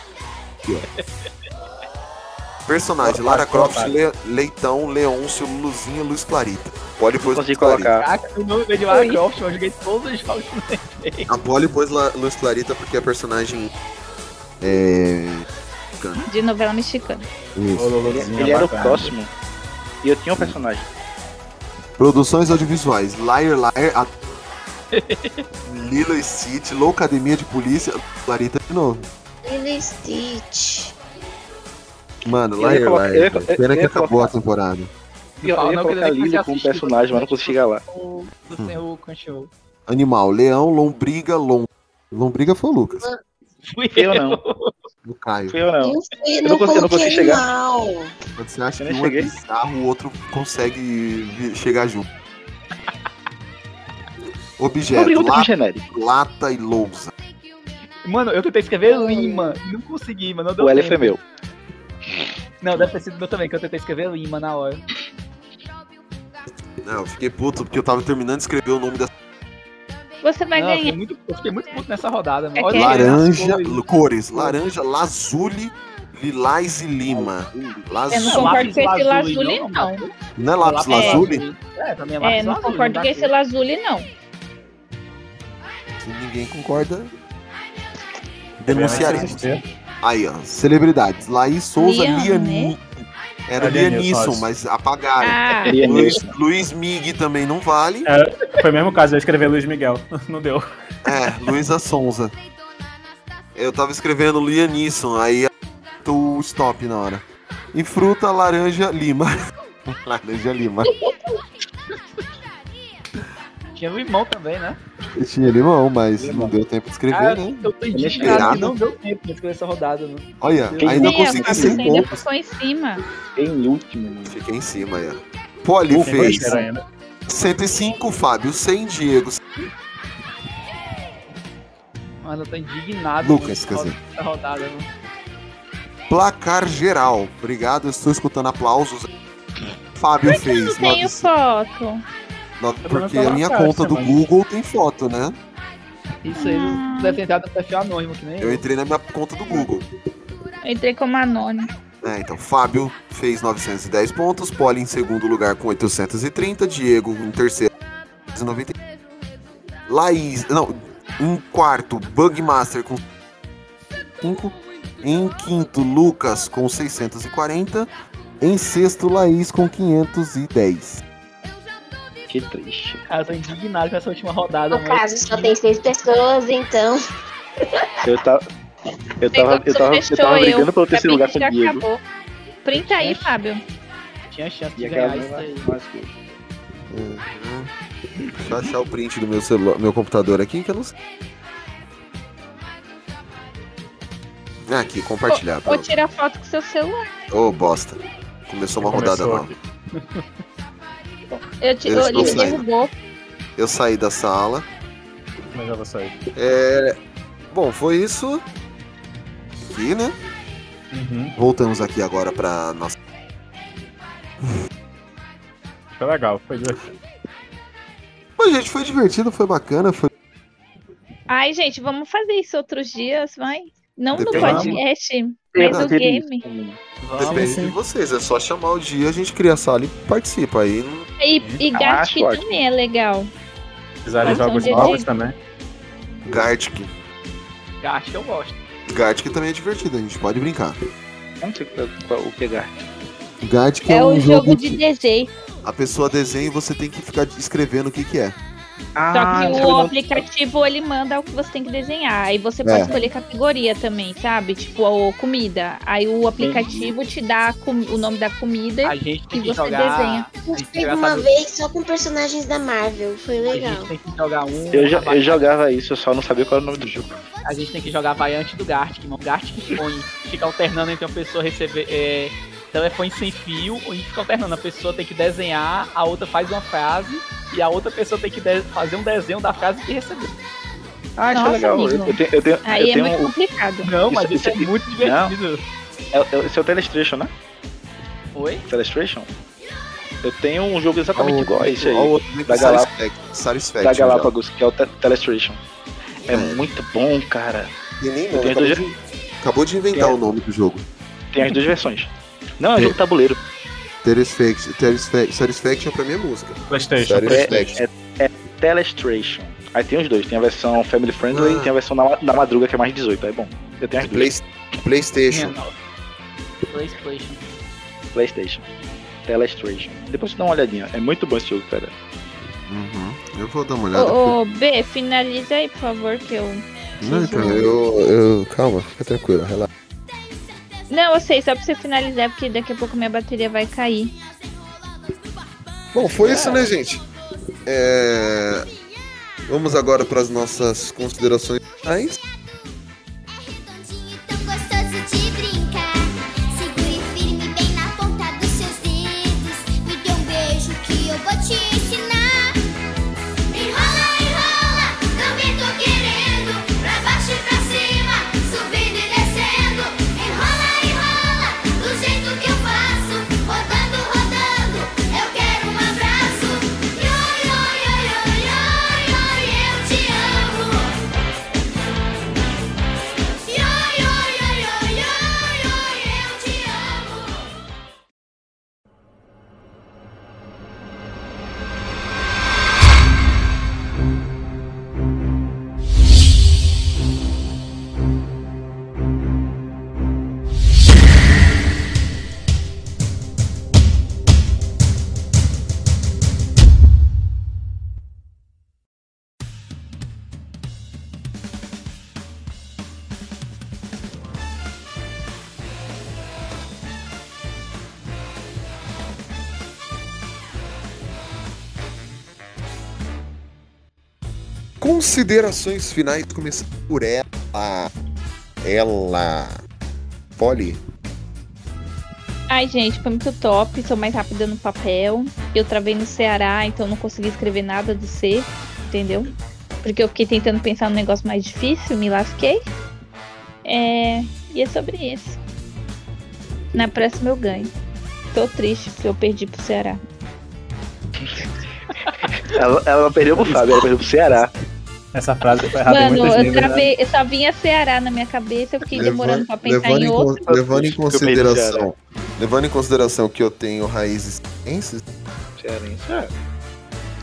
H: Aqui, ó. Personagem: Lara Croft, Le- Leitão, Leôncio, Luzinha, Luz Clarita. Pode pôr Luz Clarita.
J: Caraca, o nome é de Lara Croft, eu joguei todos os jogos. que
H: A Polly pôs Ah, La- Luz Clarita porque é personagem. É. bacana.
Q: De novela mexicana.
H: Isso.
J: é
F: Ele
I: é
F: era o próximo. E eu tinha um personagem.
H: Produções audiovisuais: Liar Liar, a... Lilo e Stitch, Loucademia de Polícia, Clarita de novo.
B: Lilo e é Stitch.
H: Mano,
F: Eu ia
H: Liar
F: colocar- eu ia
H: Liar.
F: co-
H: velho. Pena
F: eu
H: que
F: ia
H: acabou a temporada.
F: E eu, eu ia colocar Lilo como personagem,
J: né?
F: mas não consegui chegar lá.
J: Do Senhor Cachorro.
H: Animal: Leão, Lombriga, Lom. Lombriga foi o Lucas.
J: Fui
F: eu. não.
H: O Caio.
F: Fui eu não.
B: fui,
F: Eu não consegui, eu não consegui chegar.
H: Quando você acha
F: Eu
H: que
F: nem
H: um é
F: cheguei.
H: bizarro, o outro consegue vi- chegar junto. Objeto,
J: Obrigado,
H: lata,
F: genérico.
H: lata e lousa.
J: Mano, eu tentei escrever Lima, não consegui, mano. Não deu
H: O L
J: tempo.
H: foi meu.
J: Não, deve ter sido meu também, que eu tentei escrever Lima na hora.
H: Não, eu fiquei puto porque eu tava terminando de escrever o nome da
Q: Você vai
J: Não, eu fiquei
Q: ganhar.
J: muito, eu fiquei muito puto nessa rodada,
Q: É
J: mano. Olha
H: laranja,
J: as cores.
H: cores, laranja, lazuli, lilás e lima.
Q: Eu É, não
H: Lazuli.
Q: concordo com esse
J: Lápis
Q: lazuli,
J: azul,
Q: não.
H: Não é lápis
Q: É.
H: lazuli?
J: É, também é lápis
Q: É, não
J: azul,
Q: concordo
J: dá
Q: com esse
J: tempo.
Q: lazuli, não.
H: Se ninguém concorda,
F: É
I: Denunciarei.
H: denunciaremos. Aí, ó, celebridades. Laís Souza, Lianisson. Era
I: Lianisson,
H: Lianisson,
I: acho.
H: mas apagaram.
I: Ah.
F: é
H: Luiz,
I: Lianisson.
H: Luiz Mig também não vale.
I: É, foi o mesmo caso, eu escrevi Luiz Miguel. Não deu.
H: É, Luísa Sonza. Eu tava escrevendo Lianisson, aí tu stop na hora. E fruta, laranja, lima. laranja, lima.
J: Tinha limão também, né?
H: Eu tinha limão, mas não deu tempo de escrever,
J: Ah,
H: né?
J: eu tô indignado
H: Inesperado.
J: que não deu tempo de escrever essa rodada, mano.
H: Olha,
J: Quem
H: ainda
J: deu?
H: consegui
J: Sim,
H: sem
Q: Você ainda
H: pontos.
Q: ficou em cima.
F: Em último, mano.
H: Fiquei em cima, aí. ó. Poli
F: Ufa,
H: fez
F: era
J: é.
F: ainda.
H: 105, Fábio 100, Diego.
J: Mano, eu tô indignado.
H: Lucas,
J: com essa
H: quer dizer.
J: essa rodada, mano.
H: Placar geral. Obrigado, eu estou escutando aplausos. Fábio fez.
Q: Não tenho
H: 900.
Q: foto.
H: No- Porque a
J: pela
H: minha
J: caixa,
H: conta do
J: mano.
H: Google tem foto, né?
J: Isso aí, você deve ter entrado no perfil anônimo, que nem
H: Eu entrei na minha conta do Google.
Q: Eu entrei como anônimo.
H: É, então, Fábio fez 910 pontos, Poli em segundo lugar com 830, Diego em terceiro com 90. Laís, não, em quarto, Bugmaster com 5. Em quinto, Lucas com 640. Em sexto, Laís com 510.
F: Que triste.
J: Cara, eu tô indignado com essa última rodada,
B: No
J: mano.
B: caso, só tem seis pessoas, então.
F: Eu tava. Eu tava, eu tava, eu tava brigando pelo terceiro lugar com o Diego.
Q: Printa aí, Fábio.
J: Tinha chance
F: E
J: de ganhar
F: acabou
J: isso aí.
H: Deixa eu achar o print do meu celular, meu computador aqui, que eu não sei. Ah, Aqui, compartilhar.
Q: Vou
H: pronto.
Q: tirar foto com seu celular.
H: Ô, bosta. Começou uma rodada
I: Começou
H: nova.
Q: Eu te,
H: Eu
Q: eu,
H: estou
Q: ele
H: saindo.
Q: derrubou.
H: Eu saí da sala.
I: Mas já vou sair.
H: É... Bom, foi isso. Aqui, né?
I: Uhum.
H: Voltamos aqui agora pra nossa.
I: Foi legal, foi divertido.
H: Mas, gente, foi divertido, foi bacana. Foi...
Q: Ai, gente, vamos fazer isso outros dias, vai. Não do
H: Depende.
Q: podcast, mas do
H: Depende.
Q: game.
H: Ah, Depende de vocês, é só chamar o dia, a gente cria a sala e participa. Aí não-
Q: E, e
H: Ah,
Q: Gartic
H: acho ótimo.
Q: também é legal.
I: Precisarem de
Q: Vamos
I: jogos
Q: fazer
I: novos
Q: de-
I: também.
H: Gartic.
J: Gacha eu gosto.
H: Gartic também é divertido, a gente pode brincar.
F: Não sei qual- qual- o que é Gartic.
H: Gartic é,
Q: É
H: um
Q: É o jogo de
H: que
Q: desenho.
H: A pessoa desenha e você tem que ficar escrevendo o que, que é.
Q: Só que o aplicativo ele manda o que você tem que desenhar. Aí você pode
H: É.
Q: escolher categoria também, sabe? Tipo, ou comida. Aí o aplicativo te dá a comi- o nome da comida
J: A gente
Q: e
J: tem que
Q: você
J: jogar.
Q: desenha.
J: A gente tem que
B: Teve
J: jogar,
B: uma
J: sabe,
B: vez só com personagens da Marvel. Foi
J: a
B: legal.
J: gente tem que jogar um.
F: Eu, jo-
J: a, va-
F: eu jogava isso, eu só não sabia qual era o nome do jogo.
J: a gente tem que jogar a variante do Gartic, mano. O Gartic expõe. Fica alternando entre uma pessoa receber. É, telefone sem fio, a gente fica alternando. A pessoa tem que desenhar, a outra faz uma frase e a outra pessoa tem que de- fazer um desenho da frase que recebeu.
F: Ah, acho
D: Nossa,
F: legal. Eu,
D: amigo.
F: eu tenho, eu tenho,
D: Aí
F: eu
D: é
F: tenho
D: muito
F: um-
D: complicado. Não, mas isso é
R: muito
F: divertido. É, é, esse é o Telestration, né?
R: Oi?
F: Telestration? Eu tenho um jogo exatamente igual a esse aí.
H: Olha o outro
F: da, Galá
H: Satisfac- Satisfaction.
F: da Galápagos, que é o Te- Telestration. É muito bom, cara.
H: E nem nome,
F: Eu tenho
H: acabou,
F: dois- é?
H: de, acabou de inventar o nome do jogo.
F: Tem as duas versões. Não, é jogo tabuleiro.
H: Satisfaction, Satisfaction, Satisfaction pra mim é música.
J: PlayStation.
H: Satisfaction.
F: É, é, é Telestration. Aí tem os dois, tem a versão Family Friendly e tem a versão da, da madruga, que é mais 18, aí é bom. Eu tenho as duas.
H: PlayStation.
R: PlayStation.
F: Playstation. Telestration. Depois você dá uma olhadinha. É muito bom esse jogo, cara.
H: Uhum. Eu vou dar uma olhada.
D: É. Ô, ô, B, finaliza aí, por favor, que eu.
H: Não, então, eu, eu- Calma, fica tranquilo, relaxa.
D: Não, eu sei, só pra você finalizar, porque daqui a pouco minha bateria vai cair.
H: Bom, foi isso, né, gente? É, Vamos agora para as nossas considerações finais.
O: É
S: gostoso de brincar. Segure firme bem na ponta dos seus dedos. Me dê um beijo que eu vou te ensinar.
O: Enrola, enrola, não me tô querendo. Pra baixo e pra cima, subindo e descendo. Enrola, enrola, do jeito que eu faço. Rodando, rodando, eu quero um abraço. Yo, yo, yo, yo, yo, yo, eu te amo. Yo, yo, yo, yo, yo, yo, eu te amo.
H: Considerações finais, começando por ela. Ela. Polly.
D: Ai, gente, foi muito top. Sou mais rápida no papel. Eu travei no Ceará, então não consegui escrever nada do C, entendeu? Porque eu fiquei tentando pensar num negócio mais difícil, me lasquei. É, e é sobre isso. Na próxima eu ganho. Tô triste porque eu perdi pro Ceará.
F: Ela, ela perdeu pro Fábio, ela perdeu pro Ceará.
J: Essa frase foi errada
D: Mano,
J: em muitas
D: eu
J: línguas, né?
D: travei, eu só vinha Ceará na minha cabeça, eu fiquei demorando pra pensar
H: levando
D: em
H: con-
D: outro.
H: levando em
F: Fico meio
H: consideração. Levando em consideração que eu tenho raízes cearenses.
F: Cearense, é.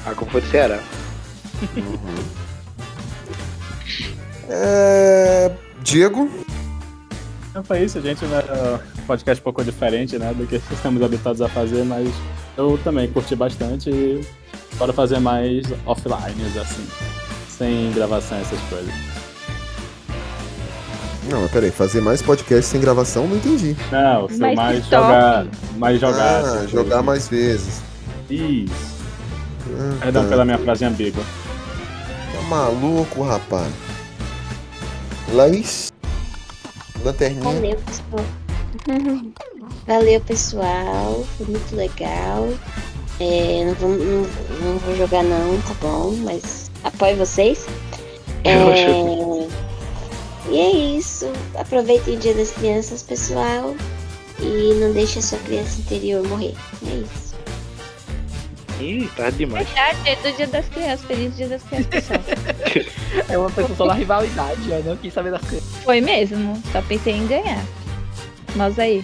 F: A culpa foi do Ceará.
H: É... Diego?
J: Então foi isso, gente. Né? Um Podcast um pouco diferente né, do que estamos habituados a fazer, mas eu também curti bastante e bora fazer mais offline, assim, sem gravação, essas coisas.
H: Não, mas peraí, fazer mais podcast sem gravação, não entendi.
J: Não, se
H: Mais
J: mais,
H: stop.
J: jogar, mais jogar.
H: Ah,
J: essas
H: jogar
J: coisas.
H: mais vezes.
J: Isso.
H: Ah,
J: Perdão
H: tá.
J: É, pela minha frase ambígua.
H: Tá maluco, rapaz. Laís? Lanterninha?
B: Valeu, pessoal. Valeu, pessoal. Foi muito legal. É, não, vou, não, não vou jogar não, tá bom? Mas apoio vocês. É,
F: Oh.
B: e é isso. Aproveitem o Dia das Crianças, pessoal. E não deixe a sua criança interior morrer. É isso.
F: Ih, tarde demais.
D: Verdade, é do Dia das Crianças. Feliz Dia das Crianças, pessoal.
R: É uma pessoa só na rivalidade, eu não quis saber das coisas.
D: Foi mesmo, só pensei em ganhar. Mas aí,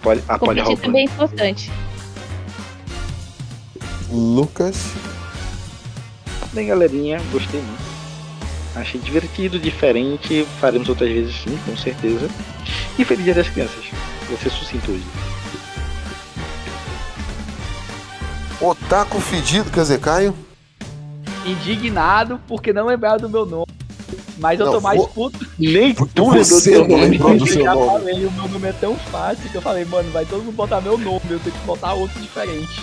F: Poli, a Polly
D: competir
F: roubando.
D: também é importante.
H: Lucas?
F: Bem, galerinha, gostei muito. Achei divertido, diferente. Faremos outras vezes sim, com certeza. E feliz dia das crianças. Vai ser sucinto hoje.
H: Otaku fedido, quer dizer, Caio?
R: Indignado porque não lembraram do meu nome. Mas eu
H: Não,
R: tô mais
H: vou-
R: puto.
F: Nem
H: Você não lembrou do seu
R: Eu já
H: nome.
R: falei, o meu nome é tão fácil que eu falei, mano, vai todo mundo botar meu nome, eu tenho que botar outro diferente.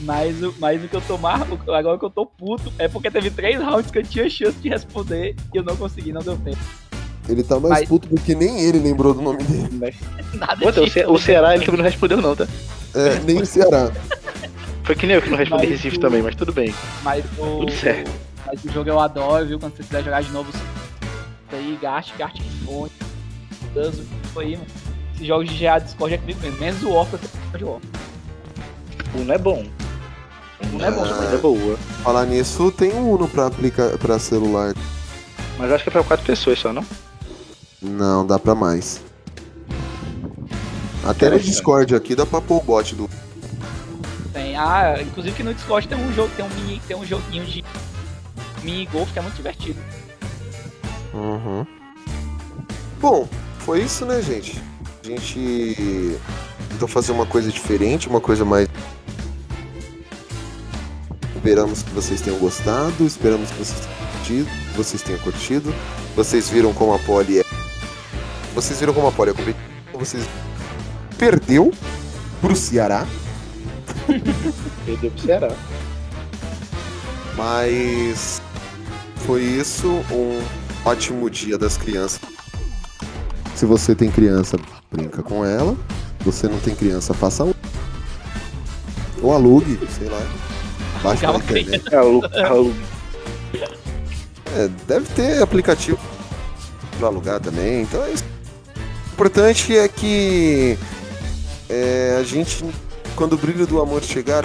R: Mas, o- mas o que eu tô mar... o- agora que eu tô puto é porque teve três rounds que eu tinha chance de responder e eu não consegui, não deu tempo.
H: Ele tá mais puto porque nem ele lembrou do nome dele.
R: Nada
F: Outra, o, Ce é o Ceará ele também não respondeu, não, tá?
H: É, nem o Ceará.
F: Foi que nem eu que não respondi
R: Mas
F: Recife
R: o-
F: também, mas tudo bem.
R: Mas o.
F: Tudo certo.
J: Esse jogo eu adoro, viu? Quando você quiser jogar de novo, isso aí, Gart, Gart que foi. Danzo, isso aí, mano. Esses jogos de GA Discord é comigo mesmo. Menos o Orca, eu tenho de
F: Uno é bom.
J: Uno é bom,
F: mas é boa.
H: Falar nisso, tem um Uno pra, aplicar, pra celular.
F: Mas eu acho que é pra quatro pessoas só, não?
H: Não, dá pra mais. Até no Discord aqui dá pra pôr o bot do.
J: Tem. Ah, inclusive que no Discord tem um jogo, tem um mini, tem um joguinho de mini golf que é muito divertido.
H: Uhum. Bom, foi isso, né, gente? A gente tentou fazer uma coisa diferente, uma coisa mais. Esperamos que vocês tenham gostado, esperamos que vocês tenham curtido. Vocês, tenham curtido. vocês viram como a Polly é. Vocês viram como a Polly é competitiva. Vocês perdeu pro Ceará.
F: Perdeu pro Ceará.
H: Mas foi isso, um ótimo dia das crianças. Se você tem criança, brinca com ela. Se você não tem criança, faça um. Ou alugue, sei lá. Baixa na internet.
F: é
H: É, deve ter aplicativo pra alugar também. Então é isso. O importante é que é, a gente, quando o brilho do amor chegar,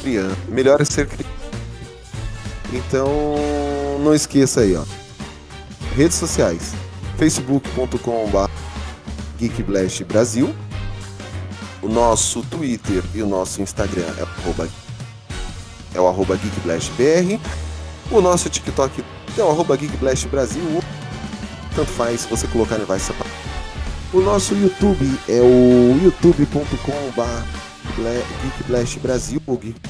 H: criança. Melhor é ser criança. Então, não esqueça aí, ó. Redes sociais: facebook.com.br Geekblast Brasil. O nosso Twitter e o nosso Instagram é o arroba, é o arroba GeekblastBR. O nosso TikTok é o arroba Geekblast Brasil. Tanto faz, se você colocar, ele vai separar. O nosso YouTube é o youtube.com.br Geekblast Brasil. ou Geek-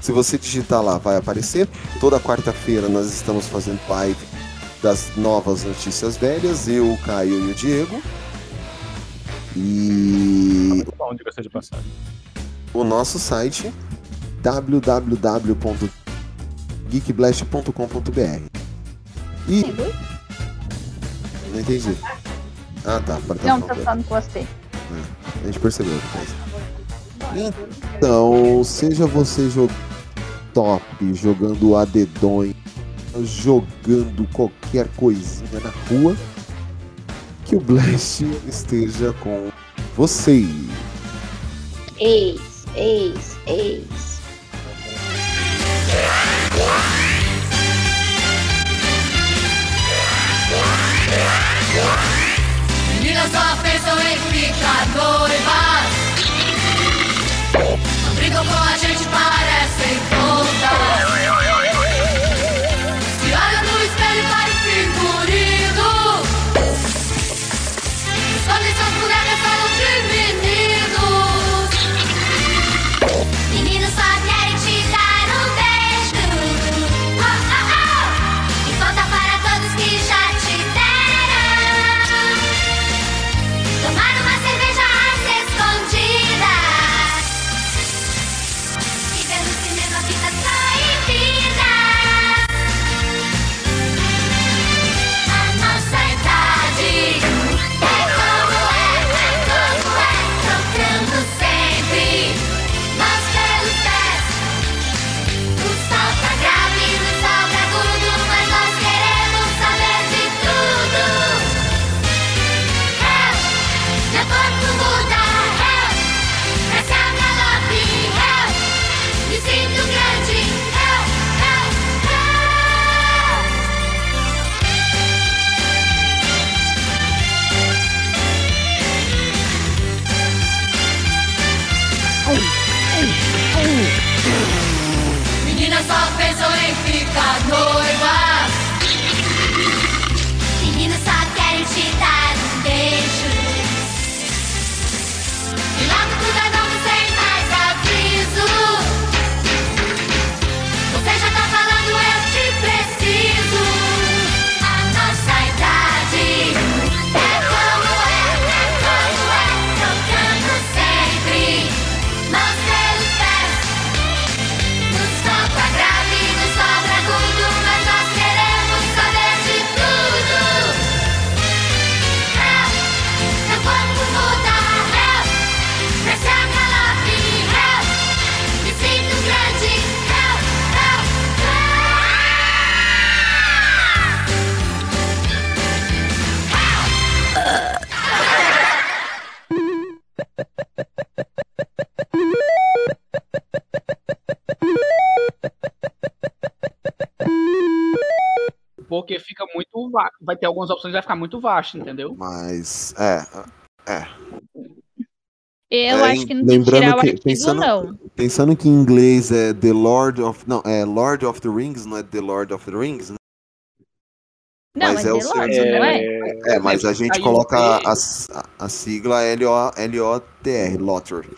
H: Se você digitar lá, vai aparecer. Toda quarta-feira nós estamos fazendo live das novas notícias velhas. Eu, o Caio e o Diego. E
T: Bom, diga-se de passagem.
H: o nosso site www.geekblast.com.br. E. Não entendi. Ah, tá. Para
D: Não, tô falando com você.
H: A gente percebeu. mas- Então, seja você jogando top, jogando adedonho, jogando qualquer coisinha na rua, que o Blast esteja com vocês.
B: Eis, eis, eis.
O: Meninas só pensam em ficar noivas Brigam com a gente, parecem tontas Se olham no espelho para o figurino Escondem suas bonecas, falam de meninos Meninos só querem te dar um beijo Oh, oh, oh E conta para todos que já te deram Tomar uma cerveja às escondidas E ver no cinema fitas proibidas A nossa idade é como é, é como é Trocando sempre Nós pelos pés O sol tá grave, o sol tá agudo Mas nós queremos saber de tudo Help! Meu corpo muda, help! Essa é a minha love, help! Me sinto grande, help! Help! Help! Meninas só pensam em ficar noivas Meninas só querem te dar um beijo E logo tudo é novo sem mais aviso Você já tá falando eu te preciso A nossa idade é como é, é como é Trocando sempre Nós pelos pés nos sobra grave, nos sobra agudo, mas nós queremos é
J: vai ter algumas opções, vai ficar muito vasto, entendeu?
H: Mas, é. É.
Q: Eu
H: É,
Q: acho que não tem que tirar
H: lembrando
Q: o
H: que-
Q: artigo,
H: pensando-
Q: não.
H: Pensando que em inglês é The Lord of. Não, é Lord of the Rings, não é The Lord of the Rings, né?
Q: Não, mas é
H: o
Q: Lorde,
H: Senhor dos
Q: não é?
H: Anéis. É, mas a gente
J: Aí,
H: coloca
J: é.
H: a, a- a sigla LO LOTR, Lotter.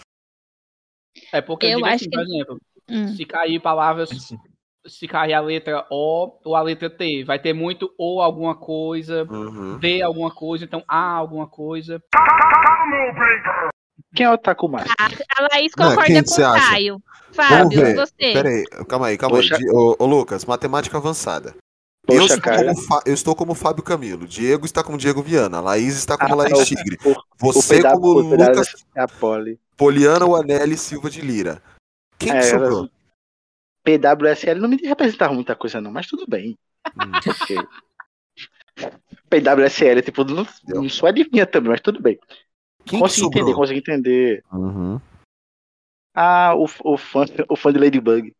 J: É porque eu,
Q: Eu
J: digo
Q: acho
J: assim,
Q: que-
J: por exemplo,
Q: Hum.
J: se cair palavras, se cair a letra O ou a letra T, vai ter muito ou alguma coisa,
F: Uhum.
J: D alguma coisa, então A alguma coisa.
F: Quem é o Taku mais?
Q: A Laís
H: Não,
Q: concorda
H: quem
Q: com
H: que você
Q: o
H: acha?
Q: Caio. Fábio, você.
H: Pera aí, calma aí, calma aí.
F: Poxa.
H: Di- Ô, ô, Lucas, matemática avançada. eu,
F: Poxa,
H: estou
F: cara.
H: como Fa- eu estou como Fábio Camilo. Diego está como Diego Viana. Laís está como
F: Ah,
H: Laís
F: o-
H: Tigre.
F: o-
H: Você
F: o pedaço-
H: como
F: o pedaço
H: Lucas
F: é a Poli.
H: Poliana Wanelli Silva de Lira. Quem
F: É,
H: que sobrou?
F: PWSL não me representava muita coisa, não, mas tudo bem.
H: Hum.
F: Ok. PWSL, tipo, não, não sou adivinha também, mas tudo bem.
H: Quem
F: consegui
H: sobrou?
F: entender, consegui entender.
H: Uhum.
F: Ah, o, f- o, fã, o fã de Ladybug.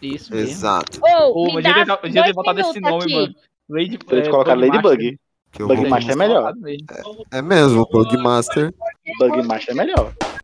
J: Isso
F: mesmo.
H: Exato.
J: Ô, mas devia ter- devia ter botado esse nome, mano. Lady,
F: Pra eles colocarem Ladybug.
H: Que eu
F: Bugmaster
H: vou-
F: é melhor.
H: É mesmo, o Bugmaster.
F: Bugmaster é melhor.